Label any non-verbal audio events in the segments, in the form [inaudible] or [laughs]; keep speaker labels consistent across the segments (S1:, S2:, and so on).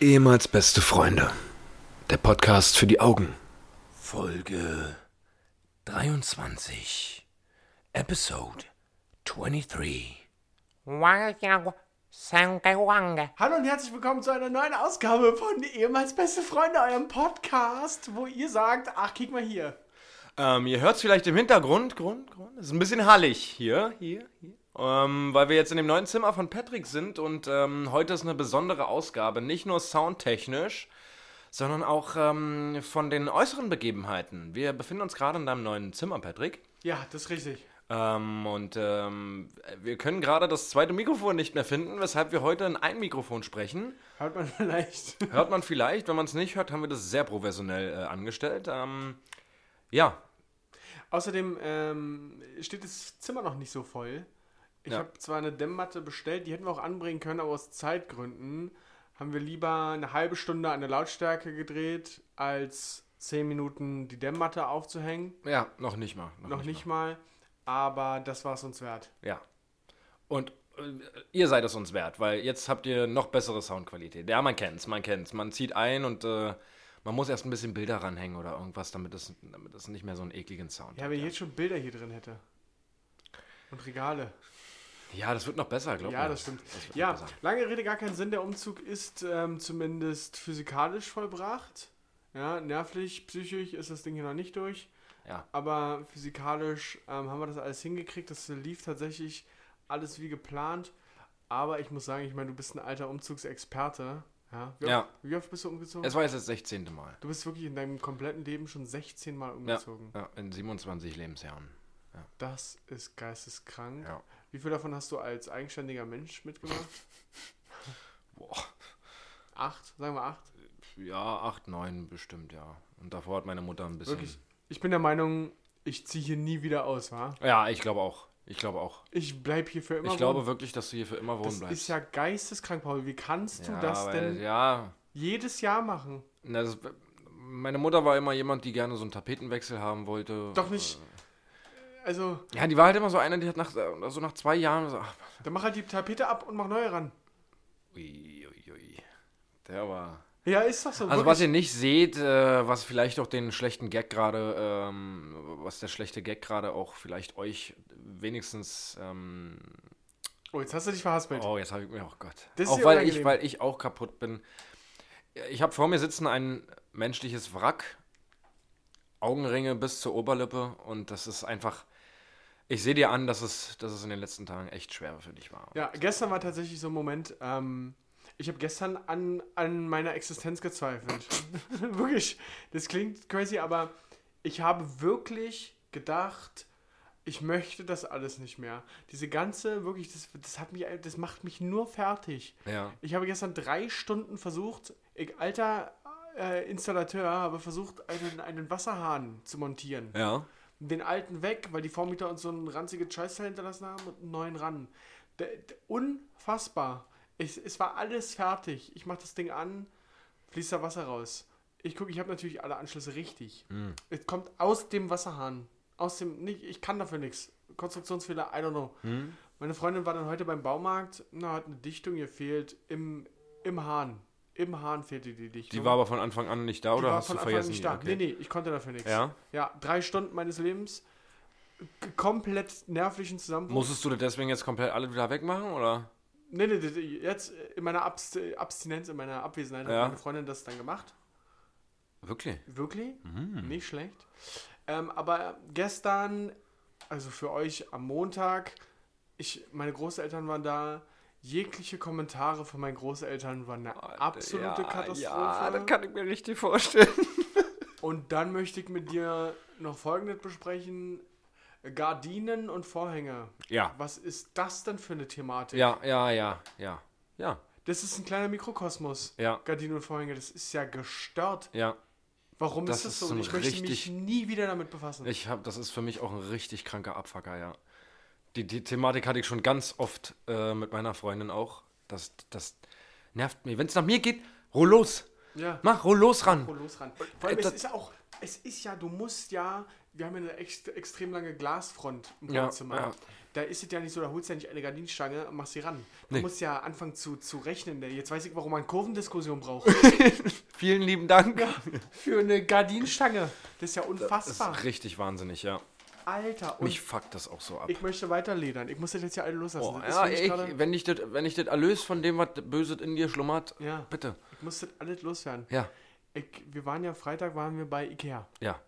S1: Ehemals beste Freunde. Der Podcast für die Augen.
S2: Folge 23. Episode 23.
S3: Hallo und herzlich willkommen zu einer neuen Ausgabe von Ehemals Beste Freunde, eurem Podcast, wo ihr sagt, ach, kick mal hier.
S4: Ähm, ihr hört es vielleicht im Hintergrund. Grund, Grund. Es ist ein bisschen hallig hier, hier, hier. Ähm, weil wir jetzt in dem neuen Zimmer von Patrick sind und ähm, heute ist eine besondere Ausgabe. Nicht nur soundtechnisch, sondern auch ähm, von den äußeren Begebenheiten. Wir befinden uns gerade in deinem neuen Zimmer, Patrick.
S3: Ja, das ist richtig.
S4: Ähm, und ähm, wir können gerade das zweite Mikrofon nicht mehr finden, weshalb wir heute in ein Mikrofon sprechen.
S3: Hört man [laughs] vielleicht.
S4: Hört man vielleicht, wenn man es nicht hört, haben wir das sehr professionell äh, angestellt. Ähm, ja,
S3: Außerdem ähm, steht das Zimmer noch nicht so voll. Ich
S4: Ja.
S3: habe zwar eine Dämmmatte bestellt, die hätten wir auch anbringen können, aber aus Zeitgründen haben wir lieber eine halbe Stunde an der Lautstärke gedreht, als zehn Minuten die Dämmmatte aufzuhängen.
S4: ja, noch nicht mal.
S3: Noch nicht mal, aber das war es uns wert.
S4: Ja. Und äh, ihr seid es uns wert, weil jetzt habt ihr noch bessere Soundqualität. Ja, man kennt's, man kennt's. Man zieht ein und äh, man muss erst ein bisschen Bilder ranhängen oder irgendwas, damit es damit es nicht mehr so einen ekligen Sound
S3: Ja,
S4: hat.
S3: wenn ich jetzt schon Bilder hier drin hätte. Und Regale.
S4: Ja, das wird noch besser, glaube ich.
S3: Ja, das stimmt. ja, lange Rede, gar keinen Sinn. Der Umzug ist ähm, zumindest physikalisch vollbracht. Ja, nervlich, psychisch ist das Ding hier noch nicht durch.
S4: Ja.
S3: Aber physikalisch ähm, haben wir das alles hingekriegt. Das lief tatsächlich alles wie geplant. Aber ich muss sagen, ich meine, du bist ein alter Umzugsexperte. Ja. Wie,
S4: Ja.
S3: Oft, wie oft bist du umgezogen?
S4: Es war jetzt das 16. Mal.
S3: du bist wirklich in deinem kompletten Leben schon 16 Mal
S4: Ja,
S3: umgezogen.
S4: ja, in 27 Lebensjahren.
S3: Das ist geisteskrank.
S4: Ja.
S3: Wie viel davon hast du als eigenständiger Mensch mitgemacht?
S4: Boah.
S3: Acht, sagen wir acht.
S4: Ja, 8, 9 bestimmt, ja. Und davor hat meine Mutter ein bisschen.
S3: Wirklich. Ich bin der Meinung, ich ziehe hier nie wieder aus, wa?
S4: Ja, ich glaube auch. Ich glaube auch.
S3: Ich bleib hier für immer.
S4: Ich glaube
S3: wohnen.
S4: wirklich, dass du hier für immer wohnen
S3: das
S4: bleibst.
S3: ist ja geisteskrank, Paul. Wie kannst du
S4: Ja,
S3: das
S4: weil-
S3: denn
S4: Ja,
S3: jedes Jahr machen?
S4: Na, das, meine Mutter war immer jemand, die gerne so einen Tapetenwechsel haben wollte.
S3: Doch nicht. Also,
S4: Ja, die war halt immer so eine, die hat nach, so nach zwei Jahren so, ach,
S3: dann mach halt die Tapete ab und mach neue ran.
S4: ui, ui, ui. Der war.
S3: Ja, ist doch so.
S4: Also was
S3: wirklich.
S4: ihr nicht seht, äh, was vielleicht auch den schlechten Gag gerade, ähm, was der schlechte Gag gerade auch vielleicht euch wenigstens, ähm,
S3: oh, jetzt hast du dich verhaspelt.
S4: oh jetzt habe ich mir, oh Gott,
S3: Das ist
S4: auch
S3: dir
S4: weil ich,
S3: unangenehm.
S4: weil ich auch kaputt bin. Ich habe vor mir sitzen ein menschliches Wrack, Augenringe bis zur Oberlippe und das ist einfach. Ich sehe dir an, dass es, dass es in den letzten Tagen echt schwer für dich war.
S3: Ja, gestern war tatsächlich so ein Moment. Ähm, ich habe gestern an, an meiner Existenz gezweifelt. [laughs] wirklich. Das klingt crazy, aber ich habe wirklich gedacht, ich möchte das alles nicht mehr. Diese ganze, wirklich, das, das, hat mich, das macht mich nur fertig.
S4: Ja.
S3: Ich habe gestern drei Stunden versucht, ich, alter äh, Installateur, habe versucht, einen, einen Wasserhahn zu montieren
S4: Ja.
S3: den alten weg, weil die Vormieter uns so einen ranzigen Scheißteil hinterlassen haben und einen neuen ran. D d- unfassbar. Es, es war alles fertig. Ich mach das Ding an, fließt da Wasser raus. Ich gucke, ich habe natürlich alle Anschlüsse richtig.
S4: Mhm.
S3: Es kommt aus dem Wasserhahn. Aus dem, nicht, ich kann dafür nichts. Konstruktionsfehler, I don't know.
S4: Mhm.
S3: Meine Freundin war dann heute beim Baumarkt, na, hat eine Dichtung gefehlt im, im Hahn. Im Hahn fehlte die Dichtung.
S4: Die war aber von Anfang an nicht Oh, da
S3: Die
S4: oder
S3: war
S4: hast
S3: von
S4: du
S3: Anfang an
S4: vergessen?
S3: nicht da.
S4: Okay.
S3: Nee, nee, ich konnte dafür nichts.
S4: Ja?
S3: Ja, drei Stunden meines Lebens k- komplett nervlichen Zusammenbruch.
S4: Musstest du das deswegen jetzt komplett alle wieder wegmachen oder?
S3: nee, nee, nee, nee, jetzt äh, in meiner Abst äh, Abstinenz, in meiner Abwesenheit
S4: Ja.
S3: hat meine Freundin das dann gemacht.
S4: Wirklich?
S3: Wirklich?
S4: Mhm.
S3: Nicht schlecht. Ähm, aber gestern, also für euch am Montag, ich, meine Großeltern waren da. Jegliche Kommentare von meinen Großeltern waren eine absolute
S4: ja,
S3: Katastrophe.
S4: Ja, das kann ich mir richtig
S3: [laughs]
S4: vorstellen.
S3: Und dann möchte ich mit dir noch Folgendes besprechen. Gardinen und Vorhänge.
S4: Ja.
S3: Was ist das denn für eine Thematik?
S4: Ja, ja, ja, ja. Ja,
S3: Das ist ein kleiner Mikrokosmos.
S4: ja,
S3: Gardinen und Vorhänge, das ist ja gestört.
S4: ja.
S3: Warum
S4: Das
S3: ist das
S4: ist
S3: so?
S4: so ein
S3: ich möchte mich
S4: richtig-
S3: nie wieder damit befassen.
S4: Ich hab, das ist für mich auch ein richtig kranker Abfucker, ja. Die, die Thematik hatte ich schon ganz oft äh, mit meiner Freundin auch. Das, das nervt mich. Wenn es nach mir geht, roll los.
S3: ja.
S4: Mach, roll los ran. [laughs]
S3: Hol los ran. Vor allem,
S4: Äh,
S3: es
S4: das-
S3: ist auch, es ist ja, du musst ja, wir haben ja eine ex extrem lange Glasfront im
S4: Ja,
S3: Wohnzimmer.
S4: ja.
S3: da ist es ja nicht so, da holst du ja nicht eine Gardinenstange und machst sie ran. Du
S4: Nee.
S3: musst ja anfangen zu, zu rechnen. ne? Jetzt weiß ich, warum man Kurvendiskussion braucht.
S4: Vielen lieben Dank.
S3: Für eine Gardinenstange. Das ist ja
S4: Das
S3: unfassbar.
S4: ist richtig wahnsinnig, ja.
S3: Alter, und
S4: Mich fuckt das auch so ab.
S3: ich möchte weiterledern. Ich muss das jetzt ja alle loslassen.
S4: Oh,
S3: das ist
S4: ja,
S3: wirklich
S4: ich,
S3: gerade-
S4: wenn ich das, wenn ich das erlöse von dem, was Böses in dir schlummert,
S3: Ja.
S4: bitte.
S3: ich muss das alles loswerden.
S4: Ja,
S3: Ich, wir waren ja, Freitag waren wir bei Ikea.
S4: ja.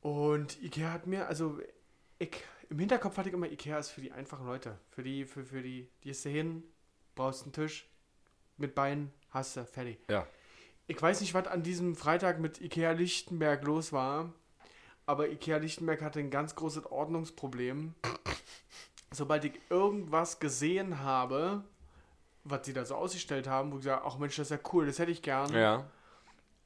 S3: Und Ikea hat mir, also ich, im Hinterkopf hatte ich immer, Ikea ist für die einfachen Leute. Für die, für, für die, gehst du hin, brauchst einen Tisch, mit Beinen, hast du, fertig.
S4: Ja.
S3: Ich weiß nicht, was an diesem Freitag mit Ikea Lichtenberg los war, aber Ikea Lichtenberg hatte ein ganz großes Ordnungsproblem. Sobald ich irgendwas gesehen habe, was sie da so ausgestellt haben, wo ich gesagt ach Mensch, das ist ja cool, das hätte ich gern.
S4: Ja.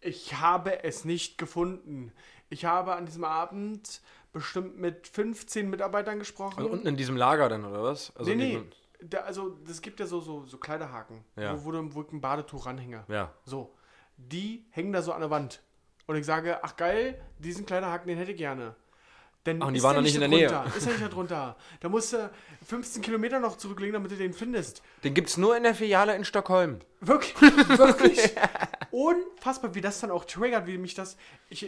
S3: Ich habe es nicht gefunden. Ich habe an diesem Abend bestimmt mit 15 Mitarbeitern gesprochen.
S4: Also unten in diesem Lager dann, oder was? Also
S3: nee,
S4: in
S3: nee.
S4: diesem-
S3: Da, also, es gibt ja so, so, so Kleiderhaken,
S4: Ja.
S3: wo, wo, du- wo ich ein Badetuch ranhänge.
S4: Ja.
S3: So. Die hängen da so an der Wand. Und ich sage, ach geil, diesen Kleiderhaken, den hätte ich gerne. Dann
S4: Ach, und die
S3: ist
S4: waren
S3: der
S4: noch nicht in der Nähe.
S3: darunter. Ist er nicht darunter. Da musst du 15 Kilometer noch zurücklegen, damit du den findest.
S4: Den gibt's nur in der Filiale in Stockholm. [laughs]
S3: Wirklich, wirklich. Unfassbar, wie das dann auch triggert, wie mich das, ich,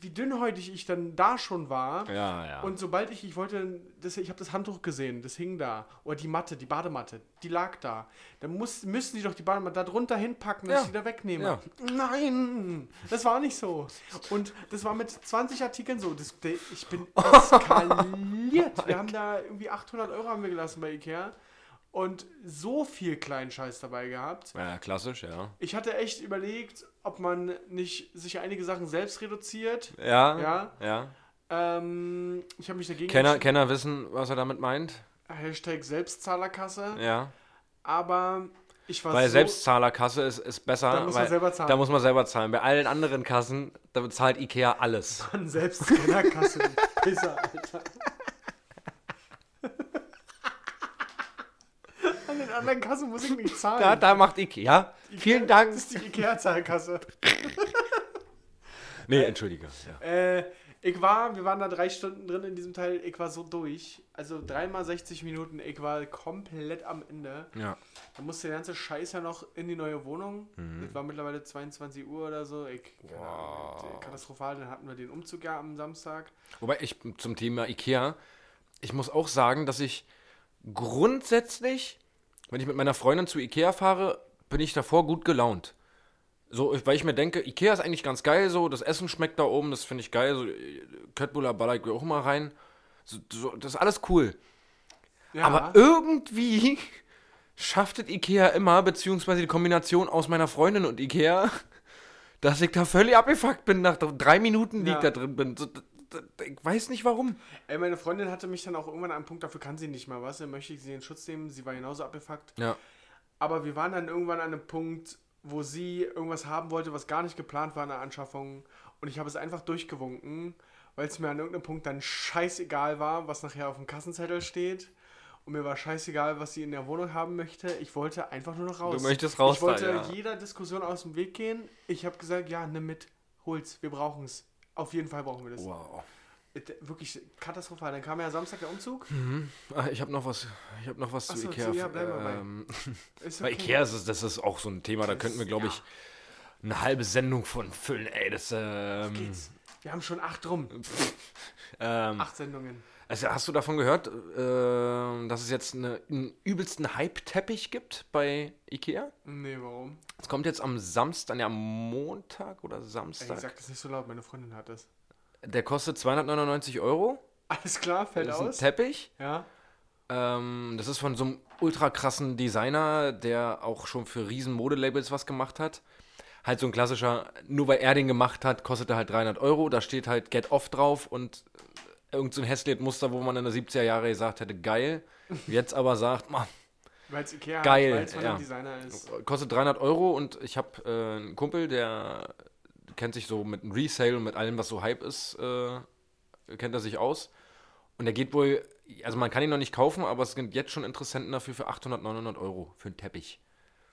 S3: wie dünnhäutig ich dann da schon war.
S4: Ja, ja.
S3: Und sobald ich, ich wollte, das, ich habe das Handtuch gesehen, das hing da. Oder die Matte, die Badematte, die lag da. Dann muss, müssen die doch die Badematte da drunter hinpacken,
S4: Ja.
S3: dass ich die da wegnehme.
S4: Ja.
S3: Nein, das war nicht so. Und das war mit 20 Artikeln so. Das, der- ich
S4: [laughs]
S3: bin eskaliert. Wir haben da irgendwie 800 Euro haben wir gelassen bei Ikea. Und so viel kleinen Scheiß dabei gehabt.
S4: ja, klassisch, ja.
S3: Ich hatte echt überlegt, ob man nicht sich einige Sachen selbst reduziert.
S4: Ja,
S3: Ja.
S4: ja. ja.
S3: Ähm, ich habe mich dagegen
S4: Kenner,
S3: entschieden.
S4: Kenner wissen, was er damit meint.
S3: Hashtag Selbstzahlerkasse.
S4: Ja.
S3: Aber ich war
S4: Bei
S3: so...
S4: Selbstzahlerkasse ist, ist besser.
S3: Da muss man
S4: weil-
S3: selber zahlen.
S4: Da muss man selber zahlen. Bei allen anderen Kassen, da bezahlt Ikea alles. [laughs]
S3: An Selbstzahlerkasse, du Pisser, Alter. An den anderen Kassen muss ich nicht zahlen.
S4: Da, da macht Ikea. Vielen Dank.
S3: Das ist die Ikea-Zahlkasse.
S4: Nee, entschuldige. Ja.
S3: Äh, ich war, wir waren da drei Stunden drin in diesem Teil, ich war so durch. Also dreimal 60 Minuten, ich war komplett am Ende.
S4: ja.
S3: Da musste der ganze Scheiß ja noch in die neue Wohnung. Das war mittlerweile 22 Uhr oder so. Ich, keine Ahnung, katastrophal, dann hatten wir den Umzug ja am Samstag.
S4: Wobei ich zum Thema Ikea, ich muss auch sagen, dass ich grundsätzlich, wenn ich mit meiner Freundin zu Ikea fahre, bin ich davor gut gelaunt. So, weil ich mir denke, Ikea ist eigentlich ganz geil, so, das Essen schmeckt da oben, das finde ich geil, so, äh, Köttbullar baller ich auch mal rein. So, so, das ist alles cool.
S3: Ja,
S4: Aber irgendwie schafft es Ikea immer, beziehungsweise die Kombination aus meiner Freundin und Ikea, dass ich da völlig abgefuckt bin, nach drei Minuten, die
S3: Ja.
S4: ich da drin bin. So, d- d- ich weiß nicht warum.
S3: ey, meine Freundin hatte mich dann auch irgendwann an einem Punkt, dafür kann sie nicht mal was, dann möchte ich sie in Schutz nehmen. Sie war genauso abgefuckt.
S4: Ja.
S3: Aber wir waren dann irgendwann an einem Punkt, wo sie irgendwas haben wollte, was gar nicht geplant war an der Anschaffung. Und ich habe es einfach durchgewunken, weil es mir an irgendeinem Punkt dann scheißegal war, was nachher auf dem Kassenzettel steht. Und mir war scheißegal, was sie in der Wohnung haben möchte. Ich wollte einfach nur noch raus.
S4: Du möchtest raus
S3: Ich wollte
S4: da, ja.
S3: jeder Diskussion aus dem Weg gehen. Ich habe gesagt, ja, nimm mit, hol's, wir brauchen es. Auf jeden Fall brauchen wir das. Äh,
S4: Wow.
S3: Wirklich katastrophal. Dann kam ja Samstag der Umzug.
S4: Ah, Ich habe noch was, ich hab noch was
S3: Ach
S4: zu
S3: so,
S4: Ikea.
S3: zu- ja, bleib mal bei.
S4: ähm,
S3: Ist
S4: bei Ikea ist es, das ist auch so ein Thema, da
S3: Das-
S4: könnten wir, glaube ich, eine halbe Sendung von füllen. Ey, das, ähm,
S3: Geht's. Wir haben schon acht rum.
S4: Hm. [laughs] ähm,
S3: Acht Sendungen.
S4: also hast du davon gehört, ähm, dass es jetzt eine, einen übelsten Hype-Teppich gibt bei Ikea?
S3: Nee, warum?
S4: Es kommt jetzt am Samstag, ja, am Montag oder
S3: Ey,
S4: Samstag.
S3: sag das nicht so laut, meine Freundin hat das.
S4: Der kostet 299 Euro.
S3: Alles klar, fällt
S4: Das ist ein
S3: aus.
S4: Teppich.
S3: Ja.
S4: Ähm, das ist von so einem ultra krassen Designer, der auch schon für riesen Modelabels was gemacht hat. Halt so ein klassischer, nur weil er den gemacht hat, kostet er halt 300 Euro. Da steht halt Get Off drauf und äh, irgend so ein hässliches Muster, wo man in der 70er Jahre gesagt hätte, geil. Jetzt aber sagt, man,
S3: Weil es Ikea
S4: Geil,
S3: weil es von
S4: ja. Oh
S3: einem Designer ist.
S4: kostet 300 Euro und ich habe äh, einen Kumpel, der kennt sich so mit einem Resale und mit allem, was so Hype ist, äh, kennt er sich aus. Und der geht wohl, also man kann ihn noch nicht kaufen, aber es sind jetzt schon Interessenten dafür für 800, 900 Euro für einen Teppich.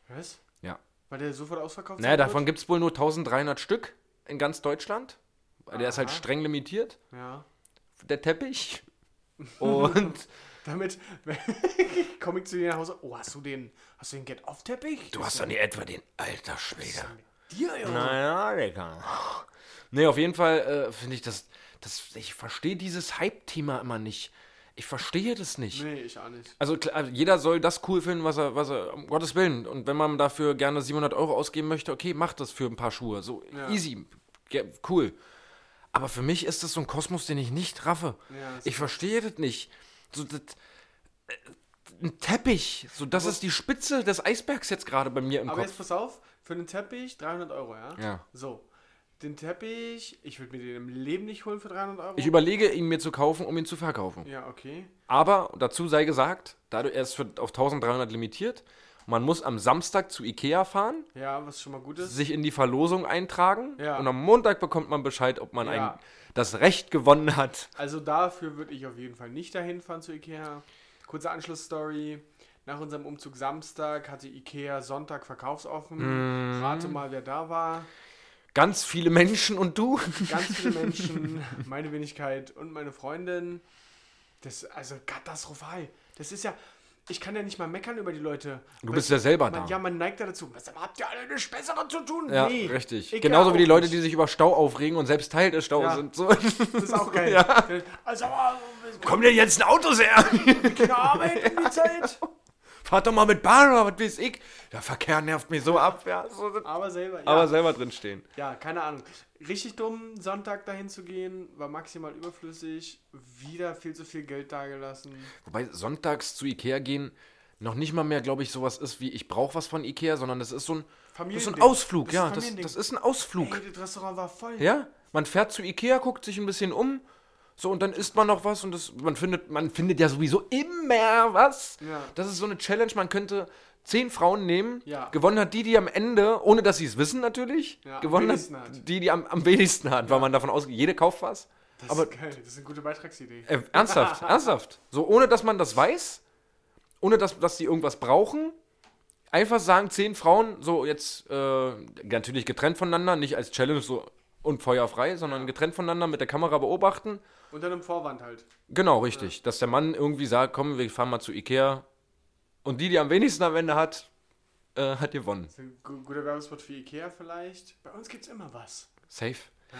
S3: Was?
S4: Ja.
S3: Weil der sofort ausverkauft
S4: Naja,
S3: sein
S4: davon gibt es wohl nur 1300 Stück in ganz Deutschland. Weil Der ist halt
S3: Aha.
S4: streng limitiert,
S3: wird? Ja.
S4: [laughs] der Teppich. Und
S3: Damit [laughs] komme ich zu dir nach Hause. Oh, hast du den, hast du den Get-Off-Teppich?
S4: du hast doch nicht etwa den alter Schwede.
S3: Dir, Junge.
S4: Naja, Digga. Nee, auf jeden Fall äh, finde ich das, das. Ich verstehe dieses Hype-Thema immer nicht. Ich verstehe das nicht.
S3: Nee, ich auch nicht.
S4: Also klar, jeder soll das cool finden, was er, was er, um Gottes Willen. Und wenn man dafür gerne 700 Euro ausgeben möchte, okay, macht das für ein paar Schuhe. So easy, ge- cool. Aber für mich ist das so ein Kosmos, den ich nicht raffe.
S3: Ja, das
S4: ich verstehe das nicht. So, das, äh, ein Teppich, so das ist die Spitze des Eisbergs jetzt gerade bei mir im
S3: Aber
S4: Kopf.
S3: jetzt pass auf, für den Teppich 300 Euro, ja?
S4: Ja.
S3: So, den Teppich, ich würde mir den im Leben nicht holen für 300 Euro.
S4: Ich überlege, ihn mir zu kaufen, um ihn zu verkaufen.
S3: ja, okay.
S4: Aber dazu sei gesagt, dadurch er ist für, auf 1300 limitiert. Man muss am Samstag zu Ikea fahren,
S3: Ja, was schon mal gut ist.
S4: sich in die Verlosung eintragen
S3: Ja.
S4: und am Montag bekommt man Bescheid, ob man
S3: Ja.
S4: ein, das Recht gewonnen hat.
S3: Also dafür würde ich auf jeden Fall nicht dahin fahren zu Ikea. Kurze Anschlussstory. Nach unserem Umzug Samstag hatte Ikea Sonntag verkaufsoffen.
S4: Mhm.
S3: Rate mal, wer da war.
S4: Ganz viele Menschen und du?
S3: [laughs] Ganz
S4: [laughs]
S3: viele Menschen, meine Wenigkeit und meine Freundin. Das also katastrophal. Das ist ja, ich kann ja nicht mal meckern über die Leute.
S4: Du bist ja selber
S3: man,
S4: da.
S3: Ja, man neigt ja dazu. Was, aber habt ihr alle nichts Besseres zu tun?
S4: Ja,
S3: Nee.
S4: richtig.
S3: Ikea
S4: Genauso wie die
S3: auch
S4: Leute,
S3: nicht.
S4: die sich über Stau aufregen und selbst Teil des Staus
S3: Ja.
S4: sind. So.
S3: Das
S4: [laughs]
S3: ist auch geil. Also, aber,
S4: Kommen denn jetzt ein Autos her? [laughs]
S3: keine Arbeit in die Zeit.
S4: Fahrt doch mal mit Bahn oder was weiß ich. Der Verkehr nervt mich so ab. Ja, so,
S3: Aber selber, ja.
S4: Aber selber drinstehen.
S3: Ja, keine Ahnung. Richtig dumm, Sonntag dahin zu gehen, war maximal überflüssig, wieder viel zu viel Geld dagelassen.
S4: Wobei sonntags zu Ikea gehen noch nicht mal mehr, glaube ich, sowas ist wie ich brauche was von Ikea, sondern das ist so ein, das ist so ein
S3: Familiending.
S4: Ausflug.
S3: Das ist
S4: ja,
S3: ein
S4: das,
S3: Familiending.
S4: das ist ein Ausflug.
S3: Ey, das Restaurant war voll.
S4: Ja, man fährt zu Ikea, guckt sich ein bisschen um, so und dann isst man noch was und das, man, findet, man findet ja sowieso immer was.
S3: Ja.
S4: Das ist so eine Challenge, man könnte zehn Frauen nehmen,
S3: Ja.
S4: gewonnen hat die, die am Ende, ohne dass sie es wissen natürlich,
S3: Ja, am
S4: gewonnen hat,
S3: wenigsten hat.
S4: die, die am, am wenigsten hat, weil man davon ausgeht, jede kauft was.
S3: das
S4: aber-
S3: ist geil. Das ist eine gute Beitragsidee.
S4: Äh,
S3: [laughs]
S4: ernsthaft, ernsthaft. So, ohne dass man das weiß, ohne dass, dass die irgendwas brauchen. Einfach sagen, zehn Frauen, so jetzt äh, natürlich getrennt voneinander, nicht als Challenge so und feuerfrei, sondern getrennt voneinander mit der Kamera beobachten.
S3: Unter einem Vorwand halt.
S4: Genau, richtig. Dass der Mann irgendwie sagt, komm, wir fahren mal zu Ikea. Und die, die am wenigsten am Ende hat, äh, hat gewonnen.
S3: Das ist ein gu- guter Werbespot für Ikea vielleicht. Bei uns gibt's immer was.
S4: Safe.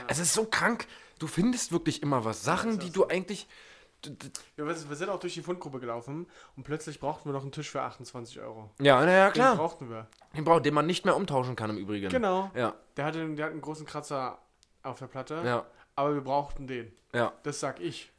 S4: Es ist so krank. Du findest wirklich immer was. Sachen, die du eigentlich. d- d-
S3: Wir, wir sind auch durch die Fundgruppe gelaufen und plötzlich brauchten wir noch einen Tisch für 28 Euro.
S4: Ja, naja,
S3: Den
S4: klar.
S3: brauchten wir.
S4: Den, braucht, den man nicht mehr umtauschen kann im Übrigen.
S3: Genau.
S4: Ja,
S3: Der, hatte, der hat einen großen Kratzer auf der Platte,
S4: ja,
S3: aber wir brauchten den.
S4: ja.
S3: Das sag ich.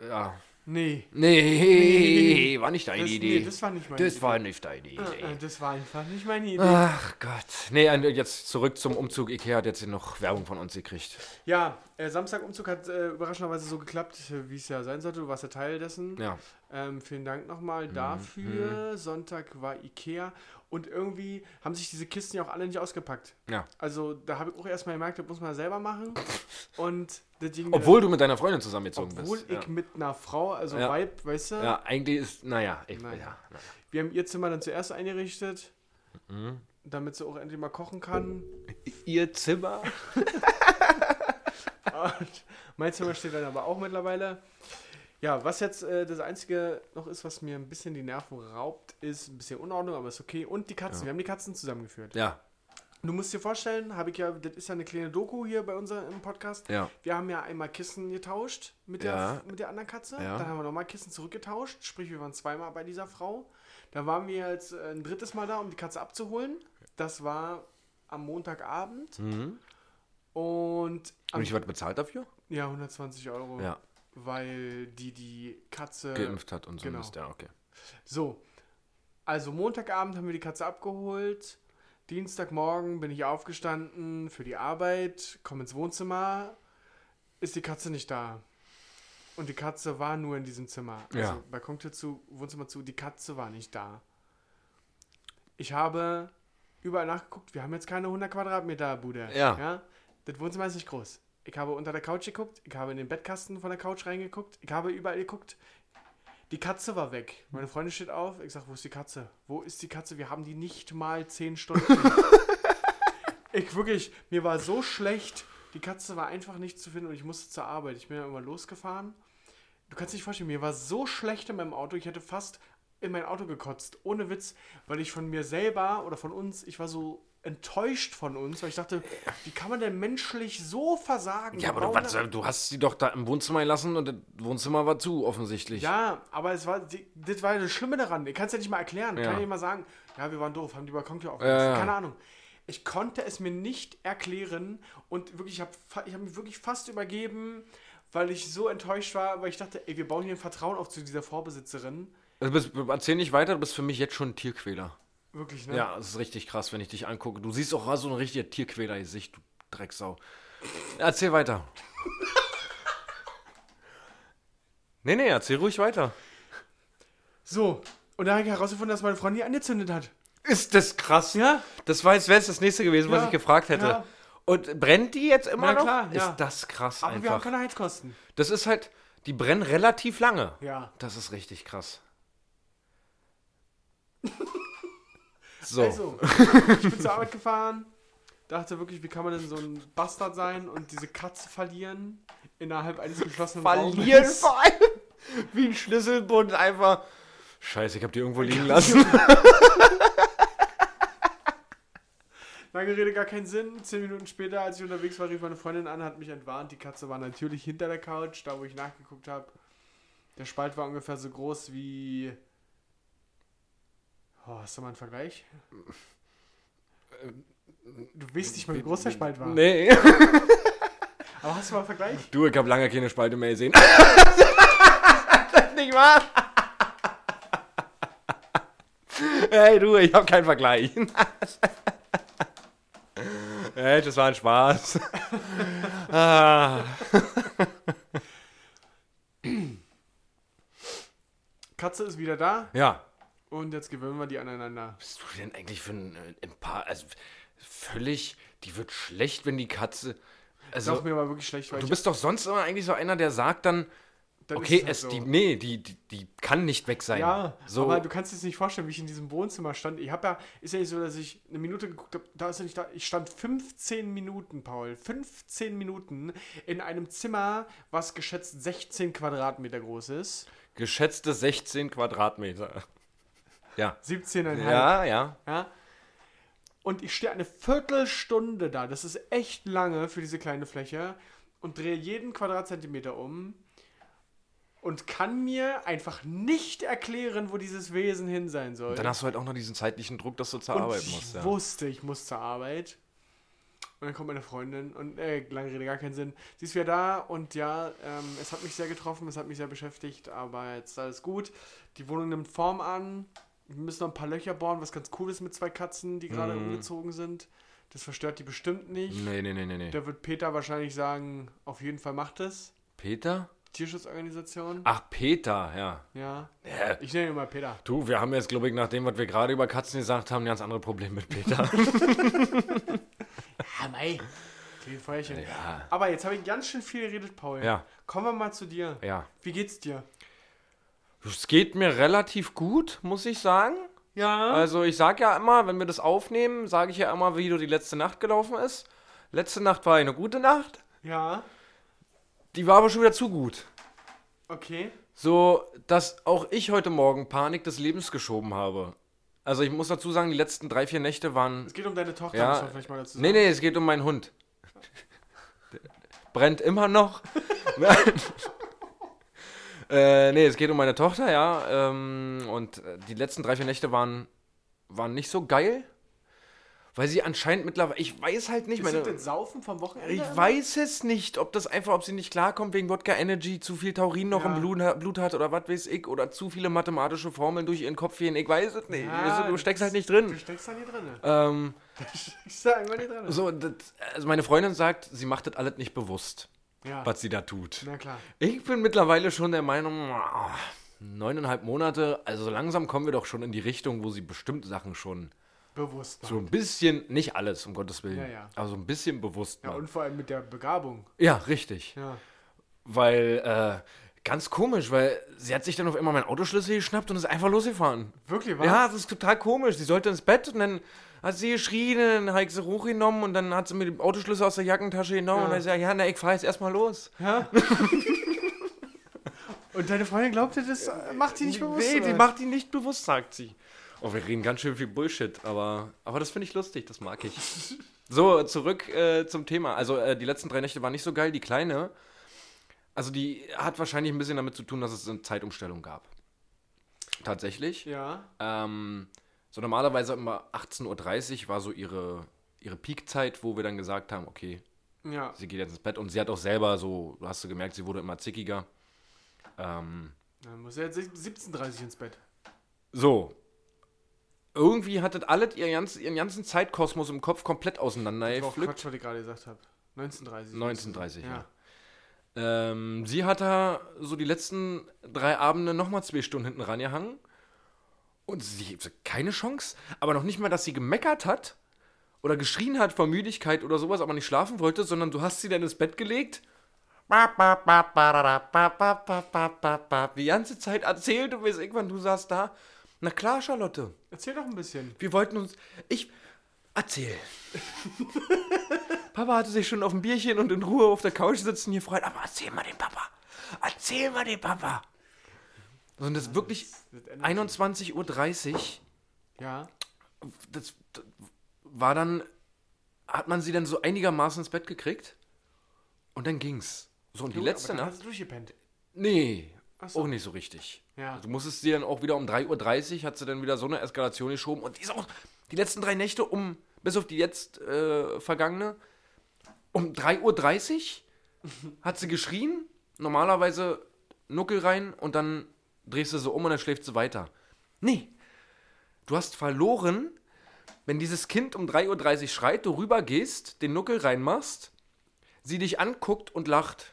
S4: Ja.
S3: Nee.
S4: Nee, war nicht deine
S3: Das,
S4: Idee.
S3: nee, das war nicht meine
S4: Das
S3: Idee.
S4: war nicht deine Idee. Ah,
S3: Äh, Das war einfach nicht meine Idee.
S4: Ach Gott. Nee, und jetzt zurück zum Umzug. Ikea hat jetzt hier noch Werbung von uns gekriegt.
S3: Ja, äh, Samstagumzug hat äh, überraschenderweise so geklappt, äh, wie es ja sein sollte. Du warst ja Teil dessen.
S4: Ja. Mhm.
S3: Ähm, vielen Dank nochmal dafür. Sonntag war Ikea und irgendwie haben sich diese Kisten ja auch alle nicht ausgepackt.
S4: Ja.
S3: Also da habe ich auch erstmal gemerkt, das muss man
S4: [laughs]
S3: selber machen. Und das Ding,
S4: Obwohl du mit deiner Freundin zusammengezogen
S3: obwohl
S4: bist.
S3: ich mit einer Frau, also
S4: Ja.
S3: Vibe, weißt du,
S4: ja. ja, eigentlich ist, naja, ich,
S3: Nein.
S4: ja. na.
S3: wir haben ihr Zimmer dann zuerst eingerichtet,
S4: Mhm.
S3: damit sie auch endlich mal kochen
S4: Oh.
S3: kann.
S4: Ihr Zimmer?
S3: Und mein Zimmer steht dann aber auch mittlerweile. Ja, was jetzt äh, das Einzige noch ist, was mir ein bisschen die Nerven raubt, ist ein bisschen Unordnung, aber ist okay. Und die Katzen. Wir haben die Katzen zusammengeführt.
S4: Ja,
S3: Du musst dir vorstellen, habe ich ja, das ist ja eine kleine Doku hier bei uns im Podcast.
S4: ja.
S3: Wir haben ja einmal Kissen getauscht mit,
S4: Ja.
S3: der, mit der anderen Katze.
S4: Ja.
S3: Dann haben wir nochmal Kissen zurückgetauscht. Sprich, wir waren zweimal bei dieser Frau. Da waren wir jetzt äh, ein drittes Mal da, um die Katze abzuholen. Das war am Montagabend. Und am
S4: Hm. Mhm. Und ich wurde bezahlt dafür?
S3: ja, 120 Euro.
S4: Ja.
S3: Weil die die Katze.
S4: Geimpft hat und so
S3: genau.
S4: Mist, ja, okay.
S3: So. Also Montagabend haben wir die Katze abgeholt. Dienstagmorgen bin ich aufgestanden für die Arbeit, komme ins Wohnzimmer, ist die Katze nicht da. Und die Katze war nur in diesem Zimmer. Also
S4: Ja.
S3: Balkontür zu, Wohnzimmer zu, die Katze war nicht da. Ich habe überall nachgeguckt, wir haben jetzt keine 100 Quadratmeter Bude.
S4: Ja.
S3: Das Wohnzimmer ist nicht groß. Ich habe unter der Couch geguckt, ich habe in den Bettkasten von der Couch reingeguckt, ich habe überall geguckt. Die Katze war weg. Meine Freundin steht auf, ich sage, wo ist die Katze? Wo ist die Katze? Wir haben die nicht mal 10 Stunden. ich wirklich, mir war so schlecht. Die Katze war einfach nicht zu finden und ich musste zur Arbeit. Ich bin ja immer losgefahren. Du kannst dich vorstellen, mir war so schlecht in meinem Auto, ich hätte fast in mein Auto gekotzt, ohne Witz, weil ich von mir selber oder von uns, ich war so enttäuscht von uns, weil ich dachte, wie kann man denn menschlich so versagen?
S4: Ja, aber
S3: Wir
S4: du,
S3: bauen
S4: was,
S3: da-
S4: du hast sie doch da im Wohnzimmer gelassen und das Wohnzimmer war zu, offensichtlich.
S3: Ja, aber es war, die- das war das Schlimme daran. Ich kann es ja nicht mal erklären.
S4: Ja.
S3: Kann ja nicht mal sagen, ja, wir waren doof, haben die Balkontür
S4: Ja,
S3: aufgelassen.
S4: ja.
S3: Keine Ahnung. Ich konnte es mir nicht erklären und wirklich, ich habe ich hab mich wirklich fast übergeben, weil ich so enttäuscht war, weil ich dachte, ey, wir bauen hier ein Vertrauen auf zu dieser Vorbesitzerin.
S4: Also bist, erzähl nicht weiter, du bist für mich jetzt schon ein Tierquäler.
S3: Wirklich, ne?
S4: Ja, es ist richtig krass, wenn ich dich angucke. Du siehst auch so ein richtiger Tierquäler-Gesicht, du Drecksau. Erzähl weiter.
S3: [laughs]
S4: nee, nee, erzähl ruhig weiter.
S3: So, und da habe ich herausgefunden, dass meine Freundin die angezündet hat.
S4: Ist das krass?
S3: Ja.
S4: Das war jetzt wäre es das nächste gewesen, was
S3: Ja,
S4: ich gefragt hätte.
S3: ja.
S4: Und brennt die jetzt immer
S3: Na
S4: noch?
S3: klar, ja.
S4: Ist das krass
S3: Aber wir haben
S4: einfach.
S3: keine Heizkosten.
S4: das ist halt, die brennen relativ lange.
S3: Ja.
S4: Das ist richtig
S3: [laughs]
S4: krass. So.
S3: Also, ich bin zur Arbeit gefahren, dachte wirklich, wie kann man denn so ein Bastard sein und diese Katze verlieren innerhalb eines geschlossenen
S4: verlieren
S3: Raumes.
S4: vor allem. [laughs] Wie ein Schlüsselbund einfach. Scheiße, ich hab die irgendwo liegen lassen.
S3: Lange Rede, gar keinen Sinn. Zehn Minuten später, als ich unterwegs war, rief meine Freundin an, hat mich entwarnt. Die Katze war natürlich hinter der Couch, da wo ich nachgeguckt habe. Der Spalt war ungefähr so groß wie... Oh, hast du mal einen Vergleich? Du weißt nicht mal, wie groß der Spalt
S4: [laughs]
S3: war.
S4: nee.
S3: Aber hast du mal einen Vergleich?
S4: Du, ich hab lange keine Spalte mehr gesehen. [laughs] Nicht wahr? [laughs] Hey du, ich hab keinen Vergleich. [laughs] hey, das war ein Spaß. [laughs] ah.
S3: Katze ist wieder da
S4: Ja,
S3: und jetzt gewöhnen wir die aneinander.
S4: bist du denn eigentlich für ein, äh, ein paar, also völlig, die wird schlecht, wenn die Katze,
S3: Das
S4: also
S3: ist mir aber wirklich schlecht, weil
S4: du
S3: ich
S4: bist doch sonst immer eigentlich so einer, der sagt dann,
S3: Dann
S4: okay,
S3: ist
S4: es,
S3: halt
S4: die,
S3: so.
S4: nee, die, die, die kann nicht weg sein.
S3: Ja,
S4: so,
S3: aber du kannst dir jetzt nicht vorstellen, wie ich in diesem Wohnzimmer stand. Ich habe ja, ist ja nicht so, dass ich eine Minute geguckt habe, da ist er nicht da. Ich stand 15 Minuten, Paul, 15 Minuten in einem Zimmer, was geschätzt 16 Quadratmeter groß ist.
S4: geschätzte 16 Quadratmeter. Ja.
S3: 17,5.
S4: Ja, ja.
S3: ja. Und ich stehe eine Viertelstunde da. Das ist echt lange für diese kleine Fläche und drehe jeden Quadratzentimeter um und kann mir einfach nicht erklären, wo dieses Wesen hin sein soll.
S4: Dann hast du halt auch noch diesen zeitlichen Druck, dass du zur
S3: Und
S4: Arbeit
S3: ich
S4: musst. Ja.
S3: wusste, ich muss zur Arbeit. Und dann kommt meine Freundin und, äh, lange Rede, gar keinen Sinn. Sie ist wieder da und ja, ähm, es hat mich sehr getroffen, es hat mich sehr beschäftigt, aber jetzt ist alles gut. Die Wohnung nimmt Form an. Wir müssen noch ein paar Löcher bohren, was ganz cool ist mit zwei Katzen, die gerade
S4: Mhm.
S3: umgezogen sind. Das verstört die bestimmt nicht.
S4: Nee, nee, nee, nee, nee.
S3: Da wird Peter wahrscheinlich sagen, auf jeden Fall macht es.
S4: Peter?
S3: Tierschutzorganisation.
S4: Ach, Peter, ja.
S3: Ja.
S4: Äh,
S3: Ich nenne ihn mal Peter.
S4: Du, wir haben jetzt, glaube ich, nach dem, was wir gerade über Katzen gesagt haben, ein ganz anderes Problem mit
S3: [laughs]
S4: Peter.
S3: Ah, mei. Kleine Feuerchen.
S4: ja.
S3: Aber jetzt habe ich ganz schön viel geredet, Paul.
S4: Ja.
S3: Kommen wir mal zu dir.
S4: Ja.
S3: Wie geht's dir?
S4: Es geht mir relativ gut, muss ich sagen.
S3: Ja.
S4: Also ich sag ja immer, wenn wir das aufnehmen, sage ich ja immer, wie du die letzte Nacht gelaufen ist. Letzte Nacht war eine gute Nacht,
S3: Ja.
S4: die war aber schon wieder zu gut.
S3: Okay.
S4: So, dass auch ich heute Morgen Panik des Lebens geschoben habe. Also ich muss dazu sagen, die letzten drei, vier Nächte waren...
S3: Es geht um deine Tochter, muss
S4: Ja,
S3: man vielleicht mal dazu sagen.
S4: nee, nee, es geht um meinen Hund. [laughs] Der Brennt immer
S3: [laughs]
S4: noch. [laughs] äh, nee, es geht um meine Tochter, ja. Ähm, und äh, die letzten drei, vier Nächte waren, waren nicht so geil. Weil sie anscheinend mittlerweile... Ich weiß halt nicht,
S3: Ist
S4: meine...
S3: das denn Saufen vom Wochenende?
S4: Ich weiß es nicht, ob das einfach, ob sie nicht klarkommt wegen Wodka Energy, zu viel Taurin noch
S3: Ja.
S4: im Blut, Blut hat oder was weiß ich, oder zu viele mathematische Formeln durch ihren Kopf gehen. Ich weiß es nicht.
S3: Ja,
S4: du, du steckst halt nicht
S3: Du
S4: drin.
S3: steckst dann hier drin.
S4: Ähm,
S3: Ich sag irgendwann hier drin.
S4: so, das, also meine Freundin sagt, sie macht das alles nicht bewusst,
S3: Ja.
S4: was sie da tut.
S3: Ah. Na klar.
S4: Ich bin mittlerweile schon der Meinung, ah, neuneinhalb Monate, also langsam kommen wir doch schon in die Richtung, wo sie bestimmte Sachen schon
S3: Bewusst. machen.
S4: so ein bisschen, nicht alles, um Gottes Willen,
S3: Ja, ja.
S4: aber so ein bisschen bewusst
S3: Ja,
S4: machen.
S3: und vor allem mit der Begabung.
S4: ja richtig.
S3: Ja.
S4: Weil, äh, ganz komisch, weil sie hat sich dann auf einmal meinen Autoschlüssel geschnappt und ist einfach losgefahren.
S3: Wirklich, was?
S4: Ja, das ist total komisch. Sie sollte ins Bett und dann hat sie geschrien, dann habe ich sie hochgenommen und dann hat sie mir den Autoschlüssel aus der Jackentasche genommen
S3: Ja.
S4: und dann hat sie gesagt, ja, na, ich fahre jetzt erstmal los.
S3: Ja. Und deine Freundin glaubte, das äh, macht sie nicht bewusst.
S4: Nee, die
S3: oder?
S4: macht ihn nicht bewusst, sagt sie. Oh, wir reden ganz schön viel Bullshit, aber, aber das finde ich lustig, das mag [laughs] ich. So, zurück äh, zum Thema. Also, äh, die letzten drei Nächte waren nicht so geil. Die Kleine, also die hat wahrscheinlich ein bisschen damit zu tun, dass es eine Zeitumstellung gab. Tatsächlich.
S3: Ja.
S4: Ähm, so normalerweise immer 18.30 Uhr war so ihre, ihre Peakzeit, wo wir dann gesagt haben, okay,
S3: Ja.
S4: sie geht jetzt ins Bett. Und sie hat auch selber so, hast du gemerkt, sie wurde immer zickiger. Ähm,
S3: Dann muss er jetzt 17.30 Uhr ins Bett.
S4: So. Irgendwie hattet alle ihr ganz, ihren ganzen Zeitkosmos im Kopf komplett auseinander.
S3: Ich war auch
S4: gepflückt.
S3: Quatsch, was ich gerade gesagt habe. 19.30 Uhr.
S4: 19.30,
S3: ja.
S4: ja. Ähm, sie hat da so die letzten drei Abende nochmal zwei Stunden hinten rangehangen. Und sie keine Chance. Aber noch nicht mal, dass sie gemeckert hat oder geschrien hat vor Müdigkeit oder sowas, aber nicht schlafen wollte, sondern du hast sie dann ins Bett gelegt. Die ganze Zeit erzählt und bis irgendwann du saßt da. Na klar, Charlotte.
S3: Erzähl doch ein bisschen.
S4: Wir wollten uns. Ich. Erzähl.
S3: [laughs]
S4: Papa hatte sich schon auf dem Bierchen und in Ruhe auf der Couch sitzen hier freut. Aber erzähl mal den Papa. Erzähl mal den Papa. Und das ist wirklich
S3: wird ändern.
S4: 21.30 Uhr.
S3: Ja.
S4: Das, das war dann. Hat man sie dann so einigermaßen ins Bett gekriegt? Und dann ging's. So, und die letzte
S3: Aber dann
S4: Nacht.
S3: Hast du durchgepennt.
S4: Nee,
S3: so.
S4: auch nicht so richtig.
S3: Ja.
S4: Du musstest sie dann auch wieder um 3.30 Uhr, hat sie dann wieder so eine Eskalation geschoben. Und die ist auch die letzten drei Nächte um, bis auf die jetzt äh, vergangene, um 3.30 Uhr hat sie geschrien. Normalerweise Nuckel rein und dann drehst du sie um und dann schläft sie weiter. Nee, du hast verloren, wenn dieses Kind um 3.30 Uhr schreit, du rübergehst, den Nuckel reinmachst, sie dich anguckt und lacht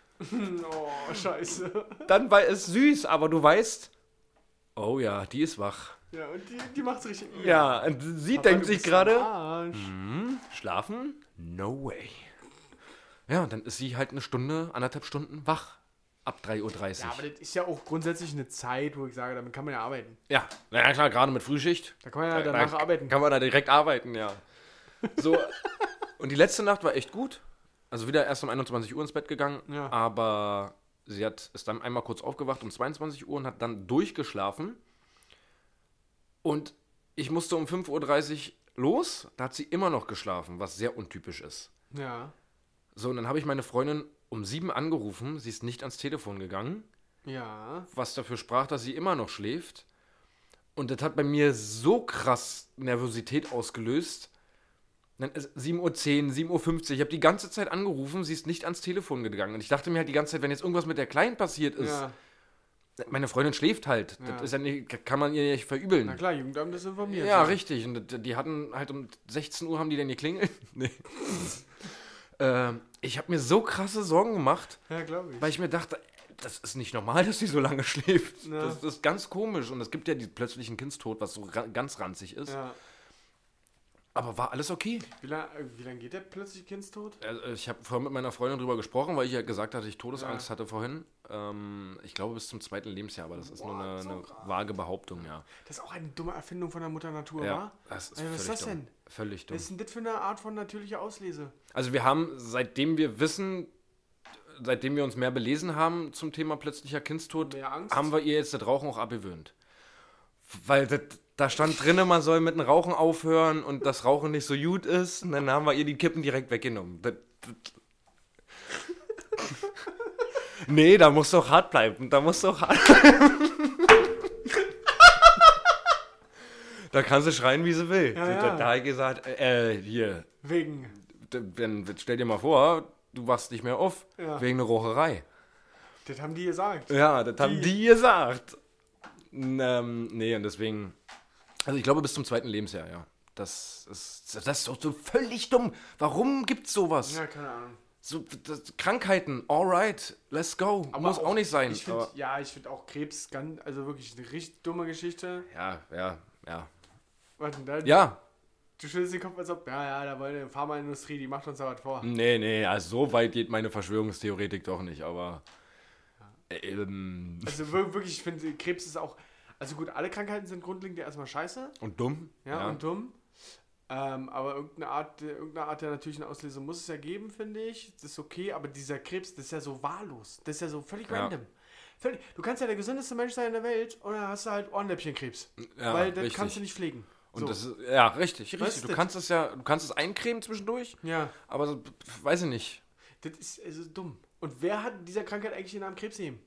S3: Oh, scheiße. [laughs]
S4: dann war es süß, aber du weißt, oh ja, die ist wach.
S3: Ja, und die, die macht's richtig.
S4: Ja, und sie
S3: Weil
S4: denkt
S3: du
S4: sich
S3: bist am
S4: gerade, Mhm.
S3: Arsch.
S4: schlafen? No way. Ja, und dann ist sie halt eine Stunde, anderthalb Stunden wach. Ab 3.30
S3: Ja,
S4: Uhr.
S3: aber das ist ja auch grundsätzlich eine Zeit, wo ich sage, damit kann man ja arbeiten.
S4: Ja, na ja, klar, gerade mit Frühschicht.
S3: Da kann man ja
S4: Da-
S3: danach
S4: da
S3: arbeiten.
S4: Kann man da direkt arbeiten, ja. So, und die letzte Nacht war echt gut. Also wieder erst um 21 Uhr ins Bett gegangen,
S3: Ja.
S4: aber sie hat, ist dann einmal kurz aufgewacht um 22 Uhr und hat dann durchgeschlafen. Und ich musste um 5.30 Uhr los, da hat sie immer noch geschlafen, was sehr untypisch ist.
S3: Ja.
S4: So, und dann habe ich meine Freundin um 7 angerufen, sie ist nicht ans Telefon gegangen
S3: Ja.
S4: was dafür sprach, dass sie immer noch schläft. Und das hat bei mir so krass Nervosität ausgelöst. Dann ist 7.10 Uhr, 7.50 Uhr. Ich habe die ganze Zeit angerufen, sie ist nicht ans Telefon gegangen. Und ich dachte mir halt die ganze Zeit, wenn jetzt irgendwas mit der Kleinen passiert ist,
S3: Ja.
S4: meine Freundin schläft halt.
S3: Ja.
S4: Das ist ja nicht, kann man ihr nicht
S3: Na
S4: verübeln.
S3: klar, Jugendamt ist informiert.
S4: Ja, richtig. Und d- die hatten halt um 16 Uhr haben die denn geklingelt. [laughs]
S3: [laughs]
S4: nee. ähm, ich habe mir so krasse Sorgen gemacht.
S3: Ja, glaube ich.
S4: Weil ich mir dachte, das ist nicht normal, [laughs] dass sie so lange schläft.
S3: Ja.
S4: Das ist ganz komisch. Und es gibt ja diesen plötzlichen Kindstod, was so ra ganz ranzig ist.
S3: ja.
S4: Aber war alles okay.
S3: Wie lange wie lang geht der plötzlich Kindstod?
S4: Also, ich habe vorhin mit meiner Freundin drüber gesprochen, weil ich ja gesagt hatte, ich Todesangst hatte vorhin. Ähm, ich glaube bis zum zweiten Lebensjahr, aber das ist nur eine, eine vage Behauptung, ja.
S3: Das ist auch eine dumme Erfindung von der Mutter Natur, wa?
S4: ja das ist
S3: Ey, was ist
S4: völlig
S3: das
S4: dumm.
S3: denn?
S4: Völlig dumm.
S3: Was ist denn das für eine Art von natürlicher Auslese?
S4: Also wir haben, seitdem wir wissen, seitdem wir uns mehr belesen haben zum Thema plötzlicher Kindstod,
S3: Mehr Angst?
S4: haben wir ihr jetzt das Rauchen auch abgewöhnt. Weil das, da stand drin, man soll mit dem Rauchen aufhören und das Rauchen nicht so gut ist. Und dann haben wir ihr die Kippen direkt weggenommen. Das, das. Nee, da musst du auch hart bleiben. Da musst du auch hart Da kann sie schreien, wie sie will.
S3: Ja, ja.
S4: Da, da hat ich gesagt, äh, hier,
S3: Wegen.
S4: dann stell dir mal vor, du wachst nicht mehr auf
S3: Ja.
S4: wegen einer Rocherei.
S3: Das haben die gesagt.
S4: Ja, das haben die gesagt. N- Ähm, nee, und deswegen. Also ich glaube bis zum zweiten Lebensjahr, ja. Das ist, das ist doch so völlig dumm. Warum gibt's sowas?
S3: Ja, keine Ahnung.
S4: So, das, Krankheiten, alright, let's go. Muss auch, nicht sein.
S3: Ich find,
S4: aber,
S3: ja, ich finde auch Krebs ganz, also wirklich eine richtig dumme Geschichte.
S4: ja, ja, ja.
S3: Warte, da,
S4: Ja,
S3: Du schüttelst den Kopf, als ob, ja, ja, da wollte die Pharmaindustrie, die macht uns da was vor.
S4: Nee, nee, also so weit geht meine Verschwörungstheoretik doch nicht, aber. Ähm,
S3: Also wir- wirklich, ich finde, Krebs ist auch, also gut, alle Krankheiten sind grundlegend ja erstmal scheiße.
S4: und dumm?
S3: Ja, und dumm. Ähm, aber irgendeine Art, irgendeine Art der natürlichen Auslese muss es ja geben, finde ich. Das ist okay, aber dieser Krebs, das ist ja so wahllos. Das ist ja so völlig
S4: Ja.
S3: random. Völlig- Du kannst ja der gesündeste Mensch sein in der Welt und dann hast du halt Ohrenläppchenkrebs.
S4: Ja,
S3: weil das
S4: richtig.
S3: kannst du nicht pflegen.
S4: Und
S3: So.
S4: das ist, ja, richtig,
S3: Was
S4: richtig.
S3: ist
S4: Du
S3: das?
S4: kannst es ja, du kannst es eincremen zwischendurch,
S3: ja,
S4: aber so, pf, weiß ich nicht.
S3: das ist also dumm. Und wer hat dieser Krankheit eigentlich den Namen Krebs eben?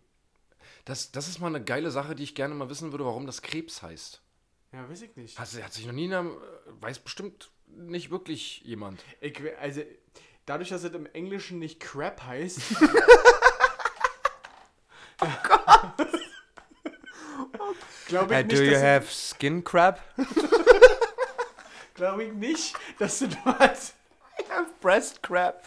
S4: Das, das ist mal eine geile Sache, die ich gerne mal wissen würde, warum das Krebs heißt.
S3: Ja, weiß ich nicht.
S4: Hat, hat sich noch nie, einer- äh, weiß bestimmt nicht wirklich jemand.
S3: Ich, we- also, dadurch, dass es im Englischen nicht Crap heißt. Glaube ich, nicht, dass-
S4: skin crab?
S3: [laughs] glaub ich nicht, dass du dort.
S4: I have breast crab.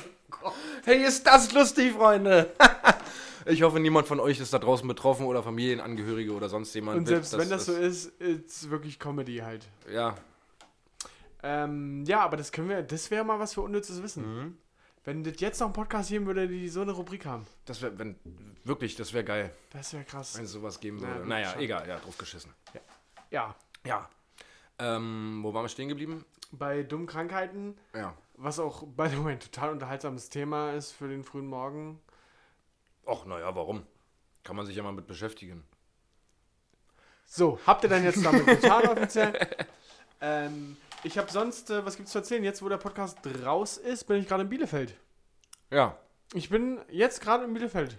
S4: [laughs] hey, ist das lustig, Freunde. [laughs] ich hoffe, niemand von euch ist da draußen betroffen oder Familienangehörige oder sonst jemand.
S3: Und
S4: Wird-
S3: selbst wenn das so ist, ist wirklich Comedy halt.
S4: Ja,
S3: Ähm, ja, aber das können wir, das wäre mal was für unnützes Wissen. Wenn das jetzt noch einen Podcast geben würde, die so eine Rubrik haben.
S4: das wäre, wenn, wirklich, das wäre geil,
S3: Das wäre krass.
S4: wenn es sowas geben
S3: Na,
S4: würde. ne?
S3: gut,
S4: naja,
S3: schade.
S4: egal, ja, drauf geschissen.
S3: Ja,
S4: Ja. Ähm, wo waren wir stehen geblieben?
S3: bei dummen Krankheiten,
S4: Ja.
S3: was auch, by the way, ein total unterhaltsames Thema ist für den frühen Morgen.
S4: Och, naja, warum? Kann man sich ja mal mit beschäftigen.
S3: So, habt ihr dann jetzt damit getan offiziell? [laughs] ähm, ich habe sonst, äh, was gibt's zu erzählen? Jetzt, wo der Podcast raus ist, bin ich gerade in Bielefeld.
S4: Ja.
S3: Ich bin jetzt gerade in Bielefeld.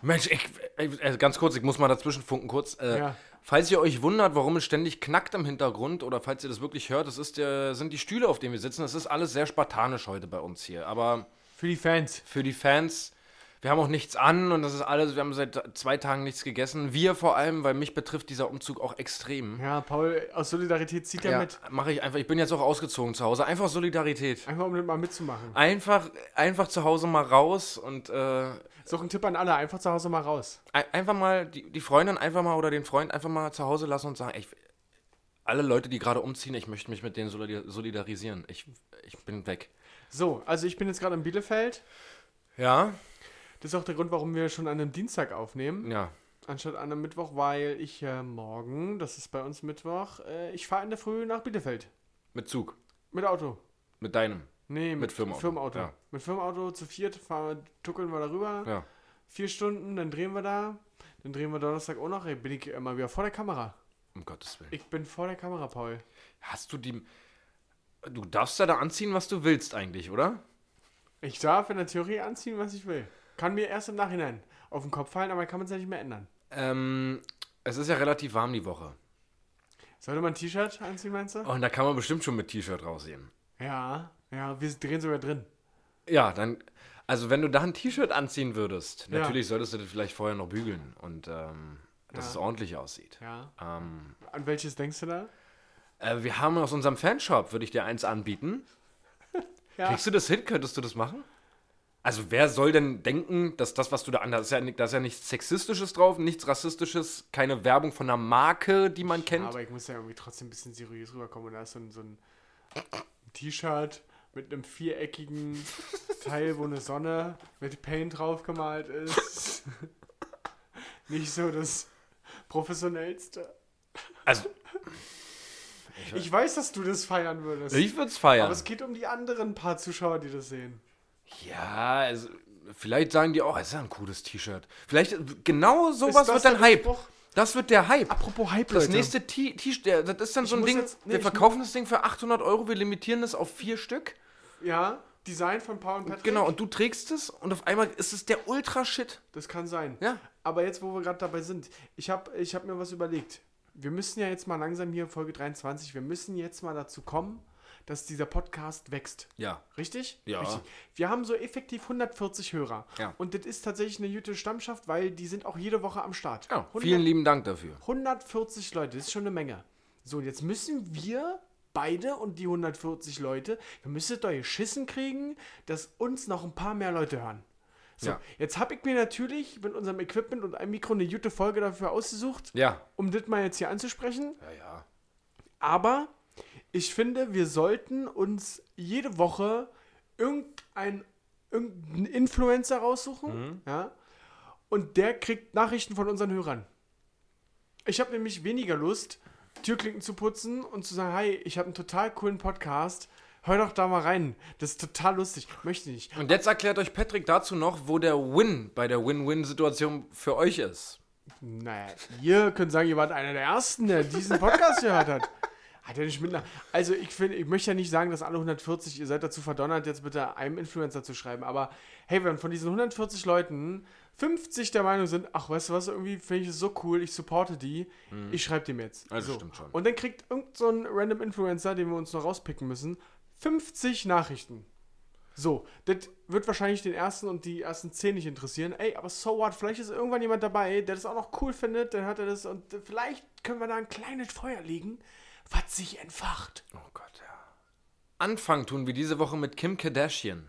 S4: Mensch, ich, ich, also ganz kurz, ich muss mal dazwischen funken kurz. Äh,
S3: Ja.
S4: Falls ihr euch wundert, warum es ständig knackt im Hintergrund oder falls ihr das wirklich hört, das ist der, sind die Stühle, auf denen wir sitzen. Das ist alles sehr spartanisch heute bei uns hier. Aber
S3: Für die Fans.
S4: für die Fans, wir haben auch nichts an und das ist alles, wir haben seit zwei Tagen nichts gegessen. Wir vor allem, weil mich betrifft dieser Umzug auch extrem.
S3: Ja, Paul, aus Solidarität zieht er
S4: Ja,
S3: mit.
S4: mache ich einfach. Ich bin jetzt auch ausgezogen zu Hause. Einfach Solidarität.
S3: Einfach um das mal mitzumachen.
S4: Einfach, einfach zu Hause mal raus und äh,
S3: Ist auch ein Tipp an alle, einfach zu Hause mal raus.
S4: Ein- Einfach mal die, die Freundin einfach mal oder den Freund einfach mal zu Hause lassen und sagen, ey, ich, alle Leute, die gerade umziehen, ich möchte mich mit denen solidar- solidarisieren. Ich, ich bin weg.
S3: So, also ich bin jetzt gerade in Bielefeld.
S4: Ja?
S3: Das ist auch der Grund, warum wir schon an einem Dienstag aufnehmen,
S4: Ja.
S3: anstatt an einem Mittwoch, weil ich äh, morgen, das ist bei uns Mittwoch, äh, ich fahre in der Früh nach Bielefeld.
S4: Mit Zug.
S3: Mit Auto.
S4: Mit deinem.
S3: Nee,
S4: Mit Firmenauto.
S3: Firmenauto.
S4: Ja.
S3: Mit Firmenauto zu viert fahren, wir- tuckeln wir darüber.
S4: Ja.
S3: Vier Stunden, dann drehen wir da. Dann drehen wir Donnerstag auch noch. Ey, bin ich immer wieder vor der Kamera.
S4: Um Gottes Willen.
S3: Ich bin vor der Kamera, Paul.
S4: Hast du die. Du darfst ja da anziehen, was du willst, eigentlich, oder?
S3: Ich darf in der Theorie anziehen, was ich will. Kann mir erst im Nachhinein auf den Kopf fallen, aber kann man es ja nicht mehr ändern.
S4: Ähm, es ist ja relativ warm die Woche.
S3: Sollte man ein T-Shirt anziehen, meinst du?
S4: Und da kann man bestimmt schon mit T-Shirt rausgehen.
S3: Ja, ja, wir drehen sogar drin.
S4: Ja, dann. Also, wenn du da ein T-Shirt anziehen würdest,
S3: Ja.
S4: natürlich solltest du das vielleicht vorher noch bügeln und ähm, dass
S3: Ja.
S4: es ordentlich aussieht.
S3: Ja.
S4: Ähm,
S3: An welches denkst du da?
S4: äh, wir haben aus unserem Fanshop, würde ich dir eins anbieten.
S3: [laughs] Ja.
S4: Kriegst du das hin? Könntest du das machen? Also wer soll denn denken, dass das, was du da anhast, ist ja, ni- da ist ja nichts Sexistisches drauf, nichts Rassistisches, keine Werbung von einer Marke, die man kennt.
S3: Aber ich muss ja irgendwie trotzdem ein bisschen seriös rüberkommen. Und da ist so ein, so ein T-Shirt mit einem [laughs] viereckigen Teil, wo eine Sonne mit Paint draufgemalt [laughs] ist. Nicht so das professionellste.
S4: also
S3: Ich weiß, dass du das feiern würdest.
S4: ich würde es
S3: aber
S4: feiern.
S3: es geht um die anderen paar Zuschauer, die das sehen.
S4: Ja, also vielleicht sagen die auch, es ist ja ein cooles T-Shirt. Vielleicht äh, genau sowas
S3: das
S4: wird dann
S3: der
S4: Hype.
S3: Anspruch?
S4: Das wird der Hype.
S3: Apropos Hype,
S4: Das
S3: Leute.
S4: nächste T- T-Shirt, der- das ist dann so ein
S3: muss
S4: Ding,
S3: jetzt- nee,
S4: wir
S3: ich
S4: verkaufen das Ding für 800 Euro, wir limitieren das auf vier Stück.
S3: Ja, Design von Paul und Patrick.
S4: Genau, und du trägst es und auf einmal ist es der Ultra-Shit.
S3: Das kann sein.
S4: Ja.
S3: Aber jetzt, wo wir gerade dabei sind, ich habe ich hab mir was überlegt. Wir müssen ja jetzt mal langsam hier, Folge 23, wir müssen jetzt mal dazu kommen, dass dieser Podcast wächst.
S4: Ja.
S3: Richtig?
S4: Ja.
S3: Richtig. Wir haben so effektiv 140 Hörer.
S4: Ja.
S3: Und das ist tatsächlich eine gute Stammschaft, weil die sind auch jede Woche am Start.
S4: ja.
S3: 100
S4: Vielen lieben Dank dafür.
S3: 140 Leute, das ist schon eine Menge. So, und jetzt müssen wir beide und die 140 Leute, wir müssen doch geschissen kriegen, dass uns noch ein paar mehr Leute hören. So,
S4: Ja.
S3: jetzt habe ich mir natürlich mit unserem Equipment und einem Mikro eine gute Folge dafür ausgesucht,
S4: Ja.
S3: um das mal jetzt hier anzusprechen.
S4: Ja, ja.
S3: Aber ich finde, wir sollten uns jede Woche irgendein, irgendeinen Influencer raussuchen. Ja, und der kriegt Nachrichten von unseren Hörern. Ich habe nämlich weniger Lust, Türklinken zu putzen und zu sagen, hi, ich habe einen total coolen Podcast. Hör doch da mal rein. Das ist total lustig. Möchte nicht.
S4: Und jetzt erklärt euch Patrick dazu noch, wo der Win bei der Win-Win-Situation für euch ist.
S3: Naja, ihr könnt sagen, ihr wart einer der Ersten, der diesen Podcast gehört hat. Hat er nicht mit einer- Also ich finde, ich möchte ja nicht sagen, dass alle 140, ihr seid dazu verdonnert, jetzt bitte einem Influencer zu schreiben. Aber hey, wenn von diesen 140 Leuten 50 der Meinung sind, ach, weißt du was, irgendwie finde ich es so cool, ich supporte die, ich schreibe dem jetzt.
S4: Mhm. Also
S3: so.
S4: stimmt schon.
S3: Und dann kriegt irgend so ein random Influencer, den wir uns noch rauspicken müssen, 50 Nachrichten. So, das wird wahrscheinlich den ersten und die ersten zehn nicht interessieren. Ey, aber so what? Vielleicht ist irgendwann jemand dabei, der das auch noch cool findet, dann hat er das und vielleicht können wir da ein kleines Feuer legen, was sich entfacht.
S4: Oh Gott, ja. Anfang tun wir diese Woche mit Kim Kardashian.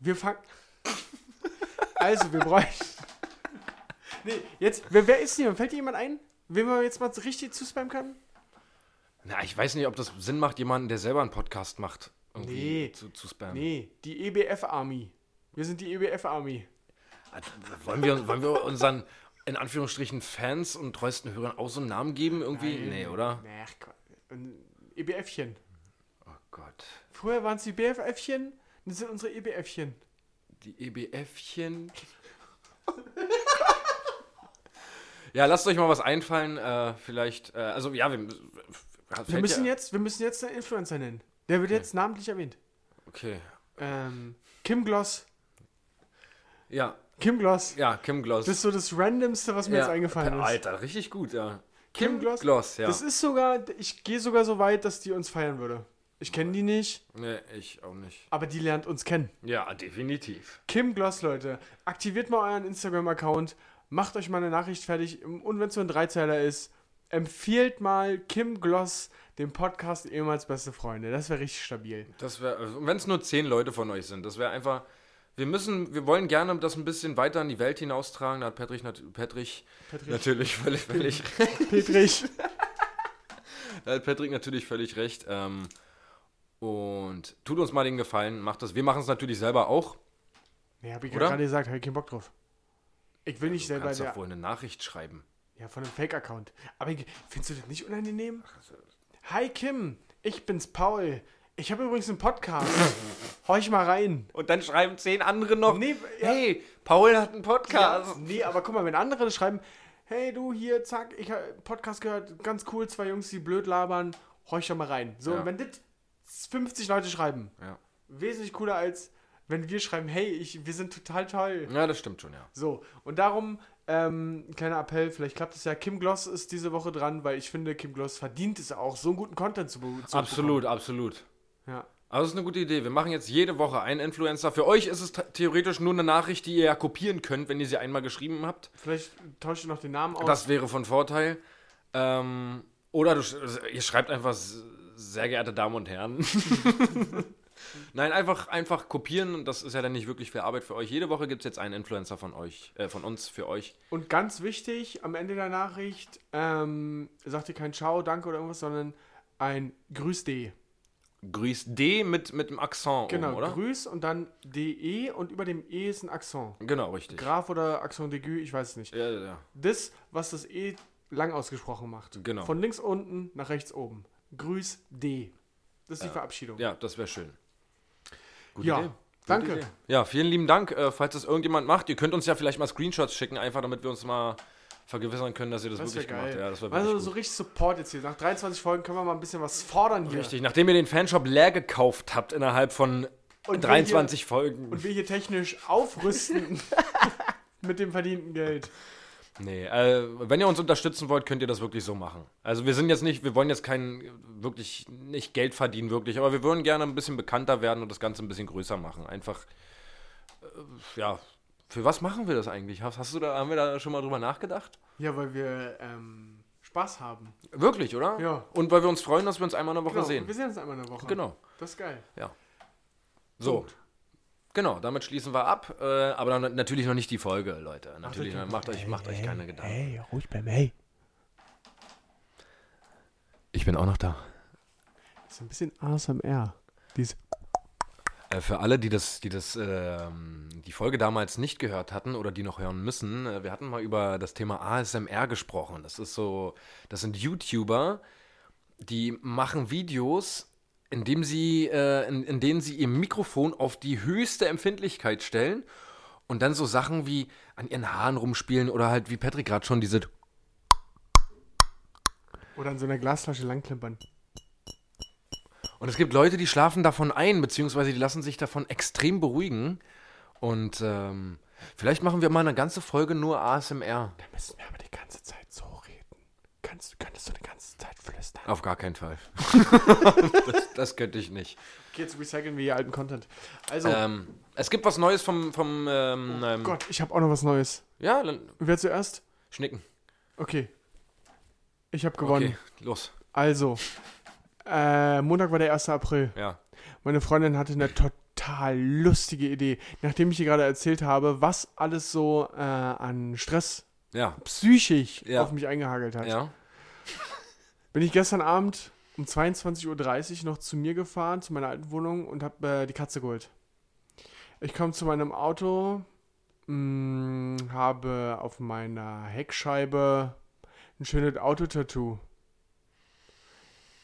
S3: Wir fangen. also, wir bräuchten. Nee, jetzt, wer, wer ist denn hier? Fällt dir jemand ein? Wen man jetzt mal so richtig zuspammen kann?
S4: Na, ich weiß nicht, ob das Sinn macht, jemanden, der selber einen Podcast macht, irgendwie
S3: Nee.
S4: zu, zu spammen.
S3: Nee, die EBF Army. Wir sind die EBF Army.
S4: Also, Wollen wir, wollen wir unseren, in Anführungsstrichen, Fans und treuesten Hörern auch so einen Namen geben irgendwie? Nee, oder?
S3: Nee, ach, Quatsch. Ein EBFchen.
S4: Oh Gott.
S3: Früher waren es die BFFchen, jetzt sind unsere E EBFchen.
S4: Die E
S3: [laughs]
S4: EBFchen. ja, lasst euch mal was einfallen. Äh, vielleicht, äh, also ja, wir,
S3: Wir müssen, jetzt, wir müssen jetzt einen Influencer nennen. Der wird jetzt namentlich erwähnt.
S4: Okay.
S3: Ähm, Kim Gloss.
S4: Ja,
S3: Kim Gloss.
S4: ja, Kim Gloss.
S3: Das ist so das Randomste, was mir
S4: ja.
S3: jetzt eingefallen ist.
S4: Alter, richtig gut, ja. Kim, Gloss? Gloss, ja.
S3: Das ist sogar, ich gehe sogar so weit, dass die uns feiern würde. Ich kenne die nicht,
S4: nee, ich auch nicht.
S3: aber die lernt uns kennen.
S4: Ja, definitiv.
S3: Kim Gloss, Leute. Aktiviert mal euren Instagram-Account. Macht euch mal eine Nachricht fertig. Und wenn es nur ein Dreizeiler ist, empfiehlt mal Kim Gloss dem Podcast ehemals beste Freunde. Das wäre richtig stabil.
S4: Das wäre, wenn es nur zehn Leute von euch sind, das wäre einfach. Wir müssen, wir wollen gerne das ein bisschen weiter in die Welt hinaustragen. Da hat Patrick, nat Patrick, natürlich
S3: [laughs]
S4: völlig, völlig,
S3: Petrich.
S4: da hat Patrick natürlich völlig recht. Ähm, und tut uns mal den Gefallen, macht das. Wir machen es natürlich selber auch.
S3: Nee, hab ich
S4: Oder?
S3: gerade gesagt, hab ich keinen Bock drauf. Ich will nicht
S4: Du
S3: selber
S4: kannst
S3: der,
S4: doch wohl eine Nachricht schreiben.
S3: ja, von einem Fake-Account. Aber ich, findest du das nicht unangenehm? Hi Kim, ich bin's Paul. Ich habe übrigens einen Podcast.
S4: [laughs]
S3: Horch mal rein.
S4: Und dann schreiben zehn andere noch.
S3: Nee, ja.
S4: Hey, Paul hat einen Podcast.
S3: Nee, aber guck mal, wenn andere das schreiben, hey du hier, zack, ich habe Podcast gehört, ganz cool, zwei Jungs, die blöd labern, horch doch mal rein. So,
S4: Ja.
S3: und wenn das 50 Leute schreiben,
S4: Ja.
S3: wesentlich cooler als wenn wir schreiben, hey, ich, wir sind total toll.
S4: ja, das stimmt schon, ja.
S3: So, und darum, ähm, ein kleiner Appell, vielleicht klappt es ja. Kim Gloss ist diese Woche dran, weil ich finde, Kim Gloss verdient es auch, so einen guten Content zu, be- zu
S4: Absolut, absolut.
S3: bekommen. Ja.
S4: Aber das Also, ist eine gute Idee. Wir machen jetzt jede Woche einen Influencer. Für euch ist es t- theoretisch nur eine Nachricht, die ihr ja kopieren könnt, wenn ihr sie einmal geschrieben habt.
S3: Vielleicht tauscht ihr noch den Namen aus.
S4: Das wäre von Vorteil. Ähm, oder du, sch- ihr schreibt einfach, s- sehr geehrte Damen und Herren. Nein, einfach, einfach kopieren. Das ist ja dann nicht wirklich viel Arbeit für euch. Jede Woche gibt es jetzt einen Influencer von euch, äh, von uns für euch.
S3: und ganz wichtig, am Ende der Nachricht ähm, sagt ihr kein Ciao, Danke oder irgendwas, sondern ein Grüß D.
S4: Grüß D mit, mit dem Akzent,
S3: Genau,
S4: oben, Oh, oder?
S3: Grüß und dann DE und über dem E ist ein Akzent.
S4: Genau, richtig.
S3: Graf oder Akzent d'aigu, ich weiß es nicht.
S4: ja, ja, ja.
S3: Das, was das E lang ausgesprochen macht.
S4: Genau.
S3: Von links unten nach rechts oben. Grüß D. Das ist die Verabschiedung.
S4: ja, das wäre schön. Gute
S3: Ja,
S4: Idee.
S3: danke.
S4: Ja, vielen lieben Dank, äh, falls das irgendjemand macht. Ihr könnt uns ja vielleicht mal Screenshots schicken, einfach damit wir uns mal vergewissern können, dass ihr das,
S3: Das wäre
S4: wirklich
S3: geil.
S4: gemacht habt. Ja, das war wirklich
S3: also
S4: gut.
S3: so richtig Support jetzt hier. Nach 23 Folgen können wir mal ein bisschen was fordern hier.
S4: Richtig, nachdem ihr den Fanshop leer gekauft habt innerhalb von
S3: Und
S4: 23 Folgen.
S3: Und wir hier technisch aufrüsten [laughs] mit dem verdienten Geld.
S4: nee, äh, wenn ihr uns unterstützen wollt, könnt ihr das wirklich so machen. Also wir sind jetzt nicht, wir wollen jetzt kein wirklich nicht Geld verdienen wirklich, aber wir würden gerne ein bisschen bekannter werden und das Ganze ein bisschen größer machen. Einfach äh, ja, für was machen wir das eigentlich? Hast, hast du da haben wir da schon mal drüber nachgedacht?
S3: Ja, weil wir ähm, Spaß haben.
S4: Wirklich, oder?
S3: Ja.
S4: Und weil wir uns freuen, dass wir uns einmal in der Woche
S3: Genau,
S4: sehen.
S3: Wir sehen uns einmal in der Woche.
S4: Genau.
S3: Das ist geil.
S4: Ja. So. Genau, damit schließen wir ab. Äh, aber dann natürlich noch nicht die Folge, Leute. Natürlich,
S3: okay.
S4: macht euch, macht euch keine Gedanken.
S3: Hey, ruhig beim Hey.
S4: Ich bin auch noch da.
S3: Das ist ein bisschen ASMR. Dies.
S4: Äh, für alle, die das, die das, ähm, die Folge damals nicht gehört hatten oder die noch hören müssen, äh, wir hatten mal über das Thema ASMR gesprochen. Das ist so, das sind YouTuber, die machen Videos indem sie, äh, in, in denen sie ihr Mikrofon auf die höchste Empfindlichkeit stellen und dann so Sachen wie an ihren Haaren rumspielen oder halt wie Patrick gerade schon diese
S3: Oder an so einer Glasflasche langklimpern.
S4: Und es gibt Leute, die schlafen davon ein, beziehungsweise die lassen sich davon extrem beruhigen. Und ähm, vielleicht machen wir mal eine ganze Folge nur ASMR.
S3: Da müssen wir aber die ganze Zeit so reden. Kannst, könntest du die ganze Zeit flüstern?
S4: Auf gar keinen Fall. [laughs] das, das könnte ich nicht.
S3: Okay, jetzt recyceln wir hier alten Content. Also,
S4: Ähm, es gibt was Neues vom. vom ähm, ähm,
S3: Oh Gott, ich habe auch noch was Neues.
S4: Ja, dann
S3: Wer zuerst?
S4: schnicken.
S3: Okay. Ich habe gewonnen.
S4: Okay, los.
S3: Also, äh, Montag war der 1. April.
S4: Ja.
S3: Meine Freundin hatte eine total lustige Idee. Nachdem ich ihr gerade erzählt habe, was alles so äh, an Stress
S4: Ja.
S3: psychisch
S4: Ja.
S3: auf mich eingehagelt hat,
S4: Ja.
S3: bin ich gestern Abend um 22.30 Uhr noch zu mir gefahren, zu meiner alten Wohnung und habe äh, die Katze geholt. Ich komme zu meinem Auto, mh, habe auf meiner Heckscheibe ein schönes Autotattoo.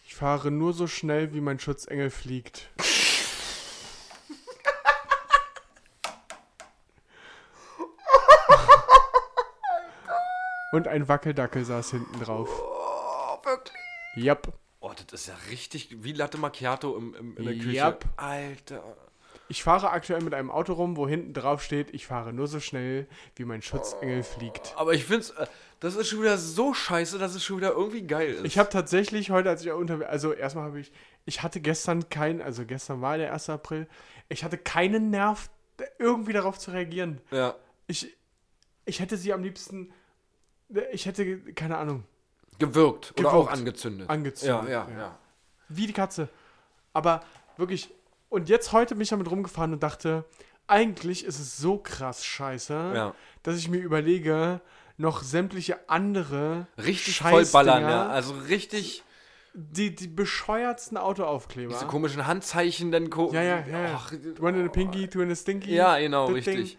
S3: Ich fahre nur so schnell, wie mein Schutzengel fliegt. Und ein Wackeldackel saß hinten drauf.
S4: Oh, wirklich.
S3: Yep.
S4: Oh, das ist ja richtig wie Latte Macchiato im, im, in der Küche.
S3: Yep.
S4: Alter.
S3: Ich fahre aktuell mit einem Auto rum, wo hinten drauf steht, ich fahre nur so schnell, wie mein Schutzengel fliegt.
S4: Aber ich find's, äh, das ist schon wieder so scheiße, dass es schon wieder irgendwie geil ist.
S3: Ich habe tatsächlich heute, als ich unter, also erstmal habe ich, ich hatte gestern keinen, also gestern war der 1. April, ich hatte keinen Nerv, irgendwie darauf zu reagieren.
S4: Ja.
S3: Ich, ich hätte sie am liebsten, ich hätte, keine Ahnung,
S4: Gewirkt, oder auch
S3: Gewirkt.
S4: angezündet.
S3: Angezündet,
S4: Ja, ja,
S3: ja.
S4: ja.
S3: wie die Katze. Aber wirklich, und jetzt heute bin ich damit rumgefahren und dachte, eigentlich ist es so krass scheiße,
S4: Ja.
S3: dass ich mir überlege, noch sämtliche andere
S4: Richtig
S3: Scheißdinger,
S4: vollballern, ja. Also richtig
S3: die, die bescheuertsten Autoaufkleber.
S4: diese komischen Handzeichen dann ko
S3: ja, ja, ja.
S4: Ach,
S3: du and a Pinky, du and a Stinky.
S4: ja, genau,
S3: das
S4: richtig.
S3: Ding.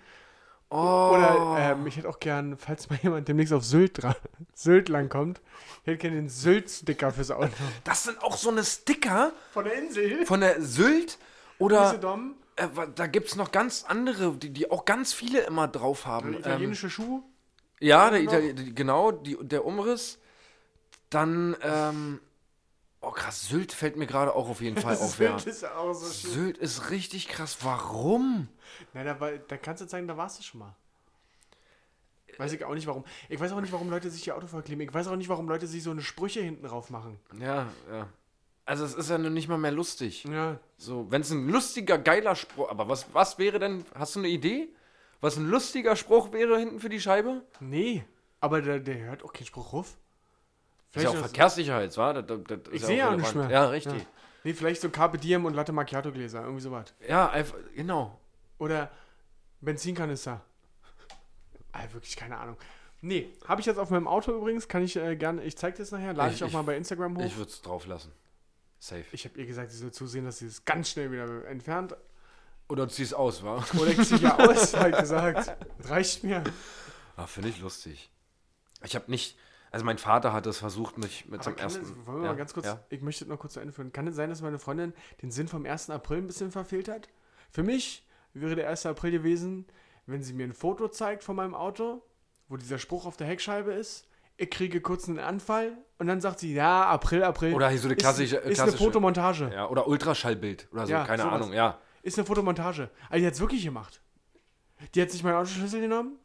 S4: Oh.
S3: Oder ähm, ich hätte auch gern, falls mal jemand demnächst auf Sylt, dran, [laughs] Sylt lang kommt, ich hätte gern den Sylt-Sticker fürs Auto.
S4: das sind auch so eine Sticker
S3: Von der Insel?
S4: von der Sylt oder
S3: Dom,
S4: äh, wa- da gibt's noch ganz andere, die, die auch ganz viele immer drauf haben.
S3: der italienische Schuh.
S4: ähm, ja, der Itali die- genau, die, der Umriss. Dann, ähm, oh krass, Sylt fällt mir gerade auch auf
S3: [laughs]
S4: jeden Fall auf, ja.
S3: Sylt ist auch so schön.
S4: Sylt ist richtig krass. Warum?
S3: Na, da, war, da kannst du zeigen, da warst du schon mal. Weiß ich auch nicht warum. Ich weiß auch nicht, warum Leute sich ihr Auto verkleben. Ich weiß auch nicht, warum Leute sich so eine Sprüche hinten drauf machen.
S4: Ja, ja. Also es ist ja nun nicht mal mehr lustig.
S3: Ja.
S4: So, wenn es ein lustiger, geiler Spruch, aber was, was wäre denn, hast du eine Idee? Was ein lustiger Spruch wäre hinten für die Scheibe?
S3: Nee. Aber der, der hört auch keinen Spruch ruf.
S4: Das ist ja auch Verkehrssicherheit, wa? Das, das, das ist
S3: Ich sehe ja
S4: relevant.
S3: nicht mehr.
S4: Ja, richtig.
S3: Nee, vielleicht so Carpe Diem und Latte Macchiato Gläser. Irgendwie sowas.
S4: Ja, einfach, genau.
S3: Oder Benzinkanister. Ah, wirklich, keine Ahnung. Nee, habe ich jetzt auf meinem Auto übrigens. Kann ich äh, gerne, ich zeig dir das nachher. Lade
S4: Ich-
S3: ich, auch
S4: ich-
S3: mal bei Instagram hoch.
S4: Ich würde es drauf lassen. Safe.
S3: ich habe ihr gesagt, sie soll zusehen, dass sie es ganz schnell wieder entfernt.
S4: Oder du ziehst aus,
S3: [laughs]
S4: wa?
S3: Oder ich ziehe ja aus, halt gesagt. Das reicht mir.
S4: Ah, finde ich lustig. Ich habe nicht, also mein Vater hat es versucht, mich mit
S3: Aber
S4: seinem
S3: kann
S4: ersten.
S3: es, wollen wir
S4: ja,
S3: mal ganz kurz,
S4: Ja.
S3: ich möchte das noch kurz zu Ende führen. Kann es sein, dass meine Freundin den Sinn vom 1. April ein bisschen verfehlt hat? Für mich wäre der 1. April gewesen, wenn sie mir ein Foto zeigt von meinem Auto, wo dieser Spruch auf der Heckscheibe ist. Ich kriege kurz einen Anfall und dann sagt sie, ja, April, April.
S4: Oder hier so eine klassische-
S3: Ist, ist eine
S4: klassische-
S3: Fotomontage.
S4: ja, oder Ultraschallbild oder so,
S3: Ja,
S4: keine
S3: sowas.
S4: Ahnung, ja.
S3: Ist eine Fotomontage. Also die hat es wirklich gemacht. Die hat sich meinen Autoschlüssel genommen,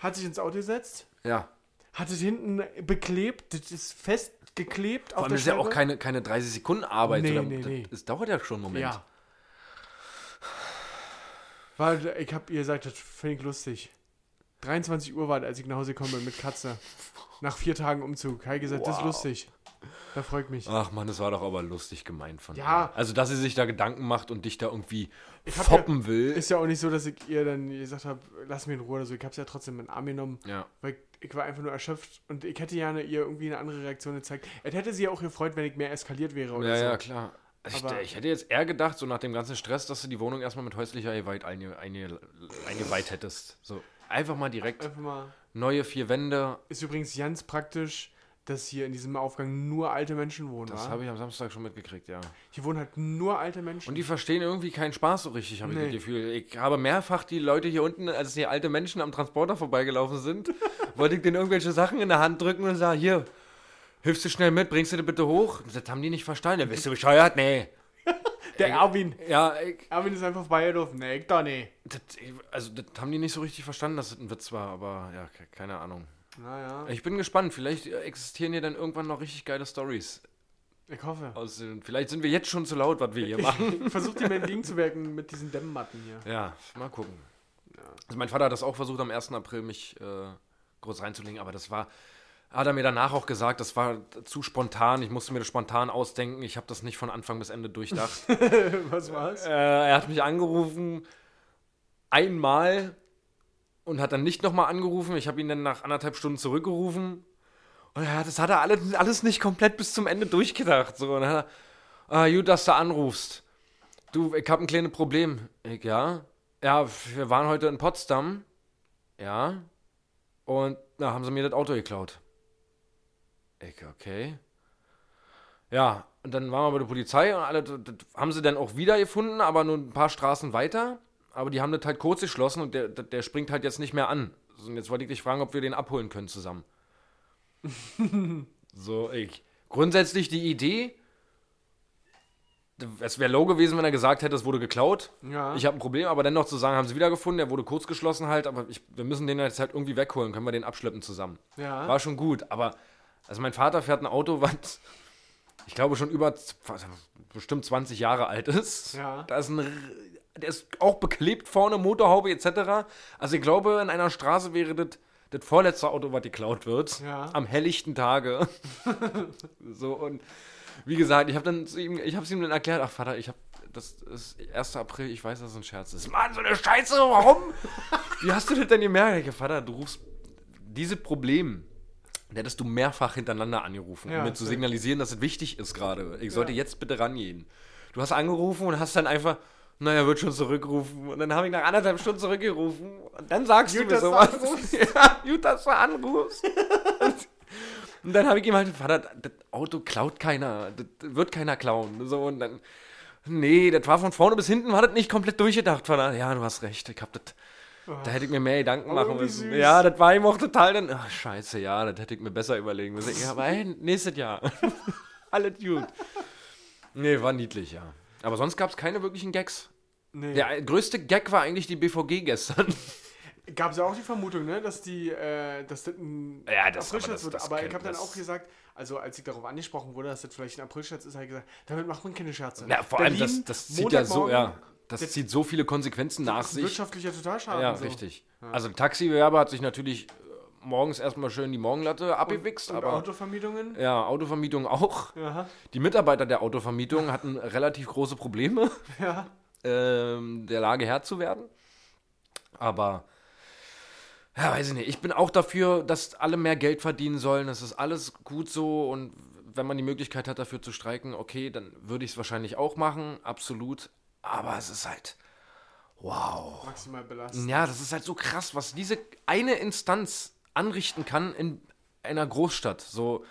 S3: hat sich ins Auto gesetzt,
S4: Ja.
S3: Hat es hinten beklebt, das ist festgeklebt
S4: Vor
S3: auf
S4: allem
S3: der
S4: ist ja auch
S3: Scheibe.
S4: keine, keine 30 Sekunden Arbeit.
S3: Nee,
S4: oder,
S3: nee, nee.
S4: Das, das dauert ja schon einen Moment.
S3: Ja. Weil ich hab ihr gesagt, das finde ich lustig. 23 Uhr war das, als ich nach Hause komme mit Katze. Nach vier Tagen Umzug. Hab ich gesagt, das ist lustig. Da freut mich.
S4: Ach man, das war doch aber lustig gemeint von
S3: Ja.
S4: ihr. Also, dass sie sich da Gedanken macht und dich da irgendwie
S3: hab
S4: foppen will.
S3: Ist ja auch nicht so, dass ich ihr dann gesagt habe, lass mich in Ruhe oder so. Ich hab's ja trotzdem in den Arm genommen.
S4: ja.
S3: Weil ich war einfach nur erschöpft und ich hätte ja ihr irgendwie eine andere Reaktion gezeigt. Es hätte sie ja auch gefreut, wenn ich mehr eskaliert wäre oder
S4: ja,
S3: so.
S4: ja, klar. Also ich,
S3: Aber-
S4: ich hätte jetzt eher gedacht, so nach dem ganzen Stress, dass du die Wohnung erstmal mit häuslicher Gewalt einge, einge, eingeweiht
S3: Äh.
S4: hättest. So. Einfach mal direkt
S3: Einfach mal.
S4: neue vier Wände.
S3: Ist übrigens ganz praktisch, dass hier in diesem Aufgang nur alte Menschen wohnen.
S4: Das
S3: wa?
S4: habe ich am Samstag schon mitgekriegt, ja.
S3: Hier wohnen halt nur alte Menschen.
S4: Und die verstehen irgendwie keinen Spaß so richtig, habe ich das
S3: Nee.
S4: Gefühl. Ich habe mehrfach die Leute hier unten, als hier alte Menschen am Transporter vorbeigelaufen sind, wollte ich denen irgendwelche Sachen in der Hand drücken und sage, hier, hilfst du schnell mit, bringst du das bitte hoch? Das haben die nicht verstanden. Ja, bist du bescheuert? Nee.
S3: der Erwin.
S4: Ja, ich,
S3: Erwin ist einfach vorbeigelaufen. Nee, ich doch nicht.
S4: das, also das haben die nicht so richtig verstanden, dass das ein Witz war, aber ja, ke- keine Ahnung.
S3: Naja,
S4: Ich bin gespannt, vielleicht äh, existieren hier dann irgendwann noch richtig geile Stories.
S3: ich hoffe.
S4: Aus, den- vielleicht sind wir jetzt schon zu laut, was wir
S3: [laughs]
S4: hier machen.
S3: Ich versuche dem entgegenzuwirken mit diesen Dämmmatten hier.
S4: Ja, mal gucken. Also mein Vater hat das auch versucht, am 1. April mich äh, groß reinzulegen, aber das war, hat er mir danach auch gesagt, das war zu spontan, ich musste mir das spontan ausdenken, ich habe das nicht von Anfang bis Ende durchdacht.
S3: Was war's?
S4: äh, er hat mich angerufen, einmal und hat dann nicht nochmal angerufen, ich habe ihn dann nach anderthalb Stunden zurückgerufen und er hat, das hat er alles, alles nicht komplett bis zum Ende durchgedacht. So, und dann hat er, ah, gut, dass du anrufst. Du, ich habe ein kleines Problem. Ich, ja. Ja, wir waren heute in Potsdam. Ja. Und da haben sie mir das Auto geklaut. Ich, okay. Ja, und dann waren wir bei der Polizei und alle, das das haben sie dann auch wiedergefunden, aber nur ein paar Straßen weiter. Aber die haben das halt kurz geschlossen und der, der- der springt halt jetzt nicht mehr an. So, Und jetzt wollte ich dich fragen, ob wir den abholen können zusammen. so, ich. Grundsätzlich die Idee, es wäre low gewesen, wenn er gesagt hätte, es wurde geklaut.
S3: Ja.
S4: Ich habe ein Problem, aber dennoch zu sagen, haben sie wiedergefunden, der wurde kurz geschlossen halt, aber ich, wir müssen den jetzt halt irgendwie wegholen, können wir den abschleppen zusammen.
S3: Ja.
S4: War schon gut, aber also mein Vater fährt ein Auto, [laughs] was ich glaube schon über z- was, bestimmt 20 Jahre alt ist.
S3: Ja.
S4: Da ist ein, R- der ist auch beklebt vorne, Motorhaube etc. Also ich glaube, in einer Straße wäre das das vorletzte Auto, was geklaut wird,
S3: Ja.
S4: am helllichten Tage. [laughs] so und wie gesagt, ich habe dann zu ihm, ich habe es ihm dann erklärt, ach Vater, ich habe das ist 1. April, ich weiß, dass es ein Scherz ist. Mann, so eine Scheiße,
S3: [laughs]
S4: warum? Wie hast du das denn gemerkt? Ich, Vater, du rufst diese Problem, der hättest du mehrfach hintereinander angerufen,
S3: Ja,
S4: um mir zu
S3: sehr
S4: signalisieren, dass es wichtig ist gerade. Ich sollte jetzt bitte rangehen. Du hast angerufen und hast dann einfach, naja, wird schon zurückgerufen. Und dann habe ich nach anderthalb Stunden zurückgerufen. Und dann sagst
S3: Gut,
S4: du mir
S3: dass du
S4: sowas. [laughs] ja, gut, dass du anrufst. und dann habe ich ihm halt, Vater, das Auto klaut keiner. Das wird keiner klauen. So, und dann, nee, das war von vorne bis hinten, war das nicht komplett durchgedacht. Vater, ja, du hast recht. Ich habe das. Da hätte ich mir mehr Gedanken machen
S3: irgendwie
S4: müssen.
S3: süß.
S4: Ja, das war ihm auch total dann. Ach, scheiße, ja, das hätte ich mir besser überlegen müssen. Ja, aber hey, nächstes Jahr. [laughs] Alles gut. Nee, war niedlich, ja. Aber sonst gab es keine wirklichen Gags.
S3: Nee.
S4: Der äh, größte Gag war eigentlich die BVG gestern. [laughs]
S3: Gab es ja auch die Vermutung, ne, dass die, äh, dass das ein
S4: Ja, das- aber das-
S3: wird.
S4: das
S3: aber ich
S4: kennt-
S3: habe dann
S4: das-
S3: auch gesagt, also als ich darauf angesprochen wurde, dass das vielleicht ein Aprilscherz ist, habe ich gesagt, damit macht man keine Scherze.
S4: Ja, vor allem, das, das zieht ja so,
S3: Montagmorgen,
S4: ja. Das
S3: Das-
S4: zieht so viele Konsequenzen nach
S3: Das ist ein
S4: sich.
S3: wirtschaftlicher Totalschaden.
S4: Ja,
S3: so.
S4: richtig. Also, ein Taxibewerber hat sich natürlich äh, morgens erstmal schön die Morgenlatte abgewichst,
S3: Und
S4: aber.
S3: Autovermietungen?
S4: ja, Autovermietung auch.
S3: Ja.
S4: Die Mitarbeiter der Autovermietung hatten relativ große Probleme.
S3: ja.
S4: ähm, der Lage Herr zu werden. Aber ja, weiß ich nicht. Ich bin auch dafür, dass alle mehr Geld verdienen sollen. Es ist alles gut so und wenn man die Möglichkeit hat, dafür zu streiken, okay, dann würde ich es wahrscheinlich auch machen, absolut. Aber es ist halt, wow.
S3: Maximal belastet.
S4: Ja, das ist halt so krass, was diese eine Instanz anrichten kann in einer Großstadt. So,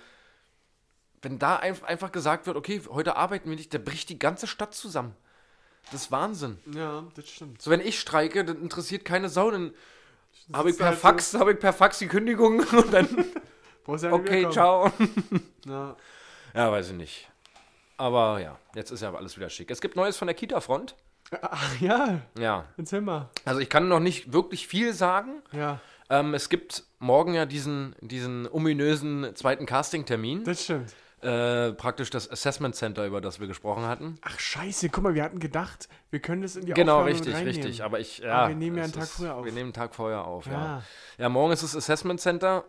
S4: wenn da einf- einfach gesagt wird, okay, heute arbeiten wir nicht, da bricht die ganze Stadt zusammen. Das ist Wahnsinn.
S3: Ja, das stimmt.
S4: So, wenn ich streike, dann interessiert keine Sau, dann habe ich
S3: Sitzt
S4: per
S3: halt
S4: Fax, habe ich per Fax die Kündigung [laughs] und dann
S3: Brauchst ja nicht
S4: okay,
S3: wiederkommen.
S4: ciao.
S3: Ja.
S4: Ja, weiß ich nicht. Aber ja, jetzt ist ja alles wieder schick. Es gibt Neues von der Kita-Front.
S3: Ach ja,
S4: Ja,
S3: erzähl mal.
S4: also ich kann noch nicht wirklich viel sagen.
S3: Ja,
S4: Ähm, es gibt morgen ja diesen, diesen ominösen zweiten Casting-Termin.
S3: das stimmt.
S4: Äh, praktisch das Assessment Center, über das wir gesprochen hatten.
S3: Ach scheiße, guck mal, wir hatten gedacht, wir können das in die
S4: genau,
S3: Aufnahme mit
S4: richtig,
S3: reinnehmen.
S4: richtig. Aber ich, ja.
S3: Aber wir nehmen ja
S4: es
S3: einen Tag
S4: ist-
S3: früher auf. Ah.
S4: Wir nehmen einen Tag vorher auf, ja.
S3: Ja.
S4: Ja, morgen ist das Assessment Center.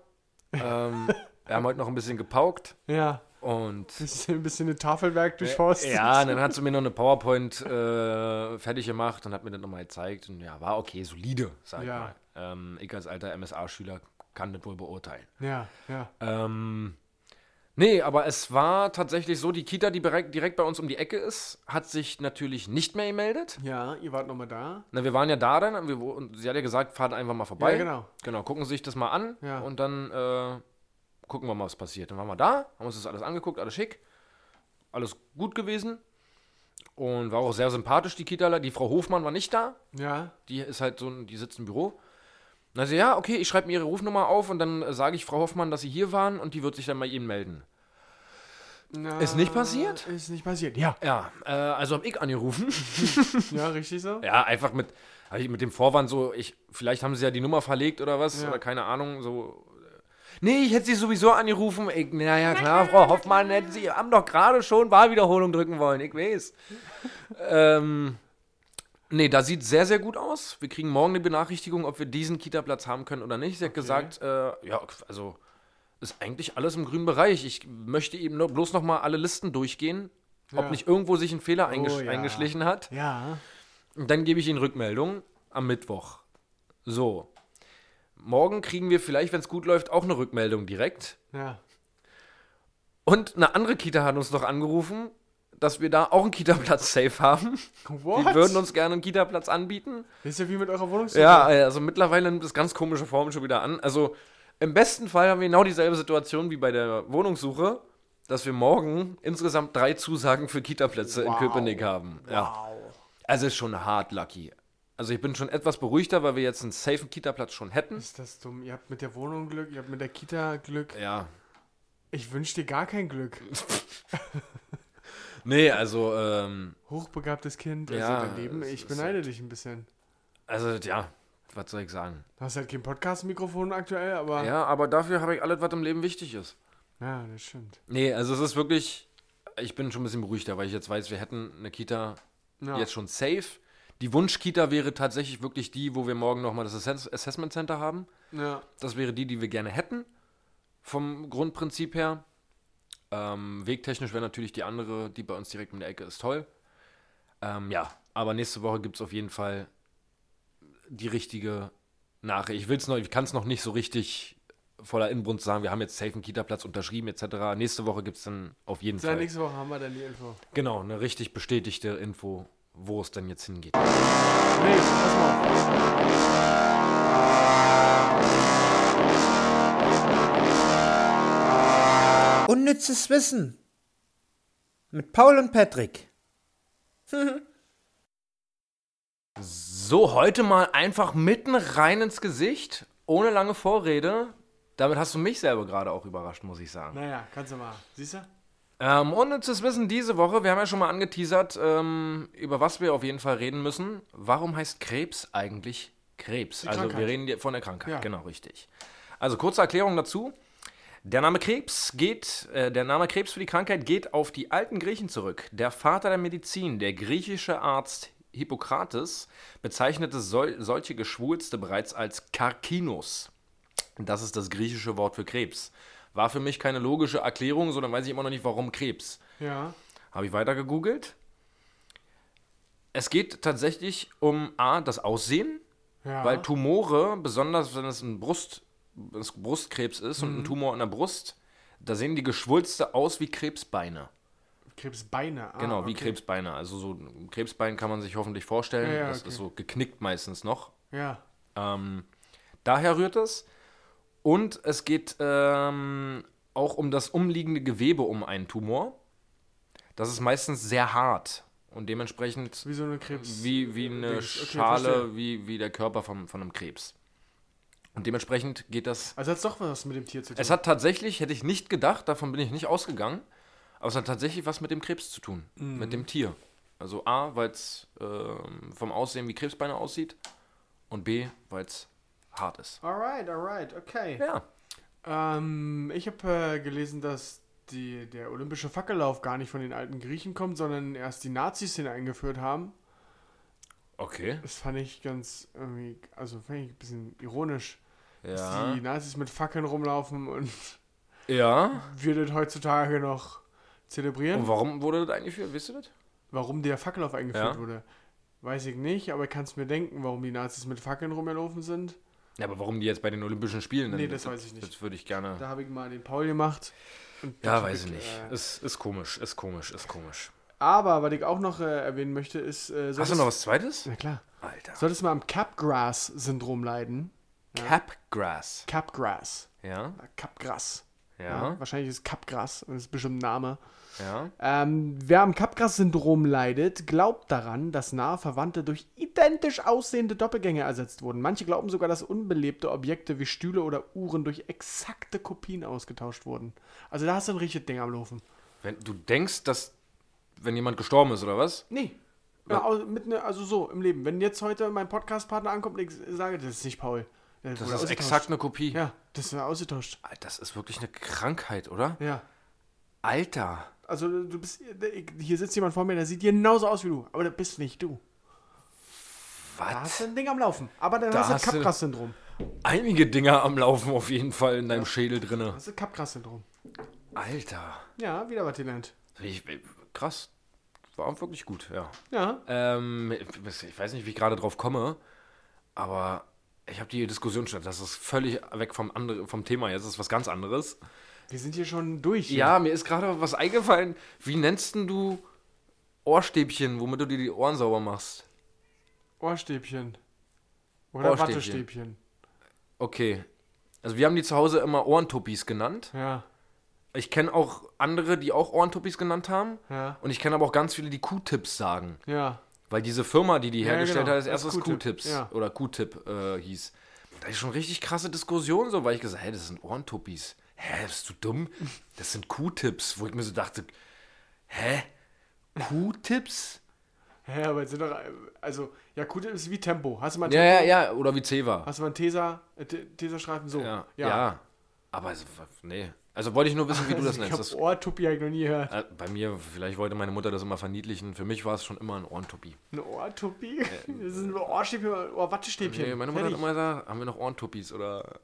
S4: Ähm,
S3: [laughs]
S4: wir haben heute noch ein bisschen gepaukt
S3: Ja,
S4: und.
S3: bisschen, ein bisschen ein Tafelwerk durchforstet.
S4: Ja, ne. und dann hat sie mir noch eine PowerPoint äh, fertig gemacht und hat mir das nochmal gezeigt. Und ja, war okay, solide, sag ich
S3: Ja.
S4: mal. Ähm, ich als alter MSA-Schüler kann das wohl beurteilen.
S3: Ja, ja.
S4: Ähm, nee, aber es war tatsächlich so, die Kita, die direkt, direkt bei uns um die Ecke ist, hat sich natürlich nicht mehr gemeldet.
S3: Ja, ihr wart nochmal da.
S4: Na, wir waren ja da dann, wir, wo- und sie hat ja gesagt, fahrt einfach mal vorbei.
S3: Ja, genau.
S4: Genau, gucken Sie sich das mal an
S3: Ja.
S4: und dann äh, gucken wir mal, was passiert. Dann waren wir da, haben uns das alles angeguckt, alles schick, alles gut gewesen. Und war auch sehr sympathisch, die Kita. Die Frau Hofmann war nicht da,
S3: Ja.
S4: die ist halt so ein, die sitzt im Büro. Und dann sie, ja, okay, ich schreibe mir ihre Rufnummer auf und dann äh, sage ich Frau Hoffmann, dass sie hier waren und die wird sich dann bei Ihnen melden.
S3: Na,
S4: Ist nicht passiert?
S3: Ist nicht
S4: [laughs]
S3: passiert, ja.
S4: Ja, äh, also habe ich angerufen.
S3: Ja, richtig so?
S4: Ja, einfach mit, hab ich mit dem Vorwand so, ich, vielleicht haben sie ja die Nummer verlegt oder was,
S3: Ja.
S4: oder keine Ahnung, so. äh, Nee, ich hätte sie sowieso angerufen. Ich, naja, klar, Frau Hoffmann, hätten sie haben doch gerade schon Wahlwiederholung drücken wollen, ich weiß. ähm, nee, da sieht sehr, sehr gut aus. Wir kriegen morgen eine Benachrichtigung, ob wir diesen Kita-Platz haben können oder nicht. Sie hat gesagt, äh, ja, also ist eigentlich alles im grünen Bereich. Ich möchte eben nur, bloß nochmal alle Listen durchgehen,
S3: Ja. Oh
S4: ob nicht irgendwo sich ein Fehler eingesch
S3: ja.
S4: eingeschlichen hat.
S3: Ja.
S4: Und dann gebe ich Ihnen Rückmeldung am Mittwoch. So. Morgen kriegen wir vielleicht, wenn es gut läuft, auch eine Rückmeldung direkt.
S3: Ja.
S4: Und eine andere Kita hat uns noch angerufen, dass wir da auch einen Kita-Platz safe haben.
S3: What?
S4: Die würden uns gerne einen Kita-Platz anbieten.
S3: Das ist ja wie mit eurer Wohnungssuche.
S4: Ja, also mittlerweile nimmt das ganz komische Form schon wieder an. Also im besten Fall haben wir genau dieselbe Situation wie bei der Wohnungssuche, dass wir morgen insgesamt drei Zusagen für Kita-Plätze in Köpenick haben. Ja.
S3: Wow.
S4: Also ist schon hart lucky. Also ich bin schon etwas beruhigter, weil wir jetzt einen safen Kita-Platz schon hätten.
S3: Ist das dumm? Ihr habt mit der Wohnung Glück, ihr habt mit der Kita Glück.
S4: Ja.
S3: Ich wünsche dir gar
S4: [laughs]
S3: kein Glück.
S4: Nee, also, ähm,
S3: Hochbegabtes Kind, also
S4: Ja,
S3: dein Leben.
S4: es
S3: Ich
S4: ist
S3: beneide dich ein bisschen.
S4: also, ja, was soll ich sagen?
S3: Du hast halt kein Podcast-Mikrofon aktuell, aber.
S4: Ja, aber dafür habe ich alles, was im Leben wichtig ist.
S3: ja, das stimmt.
S4: Nee, also es ist wirklich, ich bin schon ein bisschen beruhigter, weil ich jetzt weiß, wir hätten eine Kita
S3: Ja.
S4: jetzt schon safe. Die Wunschkita wäre tatsächlich wirklich die, wo wir morgen nochmal das Assess Assessment Center haben.
S3: Ja.
S4: Das wäre die, die wir gerne hätten, vom Grundprinzip her. Ähm, wegtechnisch wäre natürlich die andere, die bei uns direkt um die Ecke ist, toll. Ähm, ja, aber nächste Woche gibt es auf jeden Fall die richtige Nachricht. Ich, will's noch- ich kann es noch nicht so richtig voller Inbrunst sagen, wir haben jetzt safe einen Kita-Platz unterschrieben etc. Nächste Woche gibt es dann auf jeden
S3: Dann
S4: Fall
S3: nächste Woche haben wir dann die Info.
S4: genau eine richtig bestätigte Info, wo es dann jetzt hingeht.
S3: Nee, pass mal. auf.
S5: Unnützes Wissen. Mit Paul und Patrick.
S4: So, heute mal einfach mitten rein ins Gesicht, ohne lange Vorrede. Damit hast du mich selber gerade auch überrascht, muss ich sagen.
S3: Naja, kannst du mal. Siehst du?
S4: Ähm, unnützes Wissen diese Woche, wir haben ja schon mal angeteasert, ähm, über was wir auf jeden Fall reden müssen. Warum heißt Krebs eigentlich Krebs? also
S3: Krankheit.
S4: wir reden hier von der Krankheit,
S3: Ja.
S4: genau richtig. Also kurze Erklärung dazu. Der Name Krebs geht, äh, der Name Krebs für die Krankheit geht auf die alten Griechen zurück. Der Vater der Medizin, der griechische Arzt Hippokrates, bezeichnete sol solche Geschwulste bereits als Karkinos. Das ist das griechische Wort für Krebs. War für mich keine logische Erklärung, sondern weiß ich immer noch nicht, warum Krebs.
S3: Ja.
S4: Habe ich weiter gegoogelt. Es geht tatsächlich um A, das Aussehen,
S3: Ja.
S4: weil Tumore, besonders wenn es ein Brust, wenn es Brustkrebs ist
S3: Mhm.
S4: und ein Tumor an der Brust, da sehen die Geschwulste aus wie Krebsbeine.
S3: Krebsbeine. Ah,
S4: Genau, wie
S3: okay.
S4: Krebsbeine. Also so ein Krebsbein kann man sich hoffentlich vorstellen.
S3: Ja, ja,
S4: das
S3: okay.
S4: ist so geknickt meistens noch.
S3: Ja.
S4: Ähm, daher rührt es. Und es geht ähm, auch um das umliegende Gewebe um einen Tumor. Das ist meistens sehr hart und dementsprechend
S3: Wie so eine Krebs.
S4: wie, wie
S3: Dings.
S4: eine
S3: Okay, verstehe.
S4: Schale, wie, wie der Körper von, von einem Krebs. Und dementsprechend geht das.
S3: Also hat's doch was mit dem Tier zu tun.
S4: Es hat tatsächlich, hätte ich nicht gedacht, davon bin ich nicht ausgegangen, aber es hat tatsächlich was mit dem Krebs zu tun, mit
S3: Mhm.
S4: dem Tier. Also A, weil es ähm, vom Aussehen wie Krebsbeine aussieht und B, weil es hart ist.
S3: alright, alright, okay.
S4: Ja.
S3: Ähm, ich habe äh, gelesen, dass die, der olympische Fackellauf gar nicht von den alten Griechen kommt, sondern erst die Nazis den eingeführt haben.
S4: Okay.
S3: Das fand ich ganz irgendwie, also fand ich ein bisschen ironisch, dass
S4: Ja.
S3: die Nazis mit Fackeln rumlaufen und [laughs]
S4: Ja.
S3: wir das heutzutage noch zelebrieren.
S4: Und warum wurde das eingeführt? Wisst ihr das?
S3: Warum der Fackellauf eingeführt
S4: Ja.
S3: wurde, weiß ich nicht, aber ich kann es mir denken, warum die Nazis mit Fackeln rumgelaufen sind.
S4: Ja, aber warum die jetzt bei den Olympischen Spielen?
S3: Nee, das weiß ich nicht.
S4: Das würde ich gerne.
S3: Da habe ich mal den Paul gemacht. und
S4: Ja,
S3: das
S4: weiß ich
S3: hab
S4: nicht.
S3: äh,
S4: Ist, ist komisch, ist komisch, ist komisch.
S3: aber was ich auch noch äh, erwähnen möchte, ist.
S4: Hast
S3: Äh,
S4: du
S3: solltest-
S4: noch was Zweites?
S3: Na klar.
S4: Alter.
S3: Solltest du mal am Capgrass-Syndrom leiden?
S4: Capgrass.
S3: Capgrass.
S4: Ja.
S3: Capgrass.
S4: Ja.
S3: Wahrscheinlich ist Kappgras, das ist bestimmt ein Name.
S4: Ja.
S3: Ähm, wer am Kappgras-Syndrom leidet, glaubt daran, dass nahe Verwandte durch identisch aussehende Doppelgänger ersetzt wurden. Manche glauben sogar, dass unbelebte Objekte wie Stühle oder Uhren durch exakte Kopien ausgetauscht wurden. Also da hast du ein richtiges Ding am Laufen.
S4: Wenn du denkst, dass wenn jemand gestorben ist oder was?
S3: Nee. Ja, au- mit ne, also so, im Leben. Wenn jetzt heute mein Podcast-Partner ankommt und ich sage, das ist nicht Paul. Ja,
S4: Das
S3: wurde
S4: ist
S3: ausgetauscht.
S4: exakt eine Kopie.
S3: Ja, das war ausgetauscht.
S4: Alter, das ist wirklich eine Krankheit, oder?
S3: Ja.
S4: Alter,
S3: Also du bist, hier sitzt jemand vor mir, der sieht genauso aus wie du, aber das bist nicht du. Da hast
S4: was?
S3: du ein Ding am Laufen. Aber dann
S4: Da
S3: hast du das
S4: hast du-
S3: Kappgras-Syndrom.
S4: Einige Dinger am Laufen auf jeden Fall in deinem Schädel drinne.
S3: Das ist Kappgras-Syndrom.
S4: Alter.
S3: Ja, wieder was gelernt.
S4: Ich, äh, krass. War wirklich gut, ja.
S3: Ja,
S4: Ähm, ich weiß nicht, wie ich gerade drauf komme, aber ich habe die Diskussion schon. Das ist völlig weg vom, andere, vom Thema jetzt. Das ist was ganz anderes.
S3: wir sind hier schon durch.
S4: Ja, mir ist gerade was eingefallen. Wie nennst denn du Ohrstäbchen, womit du dir die Ohren sauber machst?
S3: Ohrstäbchen. Oder
S4: Ohrstäbchen.
S3: Wattestäbchen.
S4: Okay. Also wir haben die zu Hause immer Ohrentuppis genannt.
S3: Ja,
S4: Ich kenne auch andere, die auch Ohrentuppis genannt haben.
S3: Ja.
S4: Und ich kenne aber auch ganz viele, die Q-Tips sagen.
S3: ja.
S4: Weil diese Firma, die die
S3: ja,
S4: hergestellt
S3: genau.
S4: hat, als
S3: Das
S4: erstes
S3: Q-Tip,
S4: Q-Tips
S3: ja.
S4: oder Q-Tip äh, hieß. Da ist schon richtig krasse Diskussion so, weil ich gesagt hey, das sind Ohrentuppis. Hä, bist du dumm? Das sind Q-Tips, wo ich mir so dachte, hä? Q-Tips?
S3: Hä, aber jetzt sind doch, also, ja gut, ist wie Tempo. Hast du mal einen
S4: Ja,
S3: Tempo?
S4: ja, ja, oder wie Ceva.
S3: Hast du mal einen Tesa, äh, Te- Teserstreifen? So.
S4: Ja, ja. Aber es- nee. Also wollte ich nur wissen, wie
S3: [laughs]
S4: du das
S3: ich
S4: nennst. Das,
S3: habe Ohrtuppi hab ich noch nie gehört.
S4: äh, bei mir, vielleicht wollte meine Mutter das immer verniedlichen. Für mich war es schon immer ein Ohrentuppie.
S3: Ein Ohrtuppi? [laughs] Das sind Ohrstäbchen, Ohrwattestäbchen.
S4: Äh, Nee, meine Mutter hat
S3: Fertig.
S4: immer gesagt, haben wir noch Ohrentuppis oder
S3: Wird,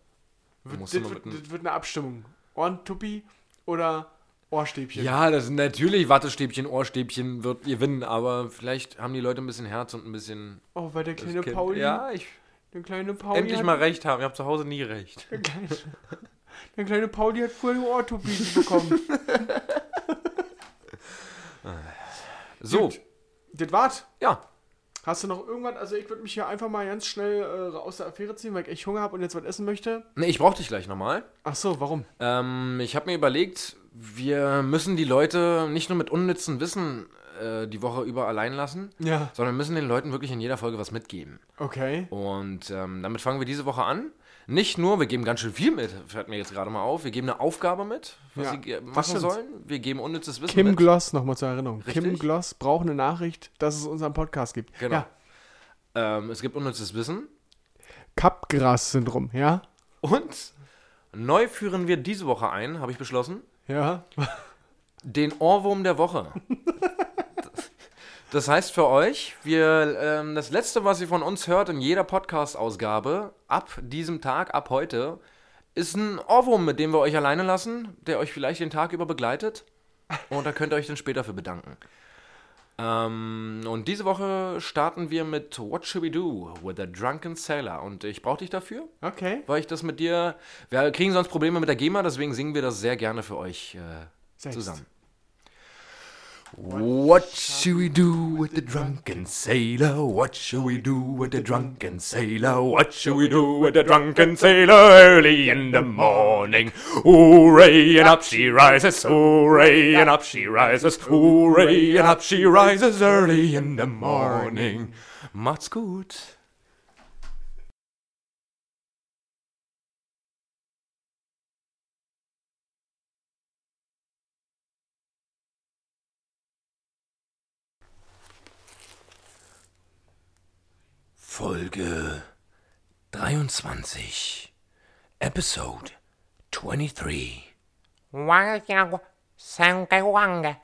S3: das,
S4: musst immer
S3: wird,
S4: mit einem-
S3: das wird eine Abstimmung. Ohrentuppi oder Ohrstäbchen?
S4: Ja, das sind natürlich Wattestäbchen, Ohrstäbchen wird gewinnen, aber vielleicht haben die Leute ein bisschen Herz und ein bisschen.
S3: Oh, weil der
S4: das
S3: kleine
S4: Kind-
S3: Pauli.
S4: Ja, ich
S3: Der kleine Pauli.
S4: endlich
S3: hat,
S4: mal recht haben. Ich habe zu Hause nie recht.
S3: Der kleine, [laughs] der kleine Pauli hat vorher eine Ohrtuppi [laughs] bekommen.
S4: So,
S3: Gut. das war's.
S4: ja.
S3: Hast du noch irgendwas? Also, ich würde mich hier einfach mal ganz schnell äh, aus der Affäre ziehen, weil ich echt Hunger habe und jetzt was essen möchte.
S4: Nee, ich brauche dich gleich nochmal.
S3: Ach so, warum?
S4: Ähm, ich habe mir überlegt, wir müssen die Leute nicht nur mit unnützen Wissen äh, die Woche über allein lassen,
S3: Ja.
S4: sondern müssen den Leuten wirklich in jeder Folge was mitgeben.
S3: Okay.
S4: Und ähm, damit fangen wir diese Woche an. Nicht nur, wir geben ganz schön viel mit, fällt mir jetzt gerade mal auf. Wir geben eine Aufgabe mit, was
S3: Ja,
S4: sie ge-
S3: das
S4: machen
S3: stimmt.
S4: sollen. Wir geben unnützes Wissen
S3: Kim
S4: mit.
S3: Gloss, nochmal zur Erinnerung. Kim
S4: Richtig.
S3: Gloss braucht eine Nachricht, dass es unseren Podcast gibt.
S4: Genau.
S3: Ja.
S4: Ähm, es gibt unnützes Wissen.
S3: Kappgras-Syndrom, ja?
S4: Und neu führen wir diese Woche ein, habe ich beschlossen,
S3: Ja.
S4: den Ohrwurm der Woche. Das heißt für euch, wir, ähm, das Letzte, was ihr von uns hört in jeder Podcast-Ausgabe, ab diesem Tag, ab heute, ist ein Ohrwurm, mit dem wir euch alleine lassen, der euch vielleicht den Tag über begleitet. Und da könnt ihr euch dann später für bedanken. Ähm, und diese Woche starten wir mit What Should We Do with a Drunken Sailor. Und ich brauche dich dafür.
S3: Okay.
S4: weil ich das mit dir. Wir kriegen sonst Probleme mit der GEMA, deswegen singen wir das sehr gerne für euch äh,
S3: Selbst.
S4: zusammen. What should we do with the drunken sailor? What should we do with the drunken sailor? What should we do with the drunken sailor early in the morning? Hooray and up she rises, hooray and up she rises, hooray and up she rises early in the morning. Macht's gut.
S2: Folge 23. Episode 23.
S6: Wanga Sangai Wanga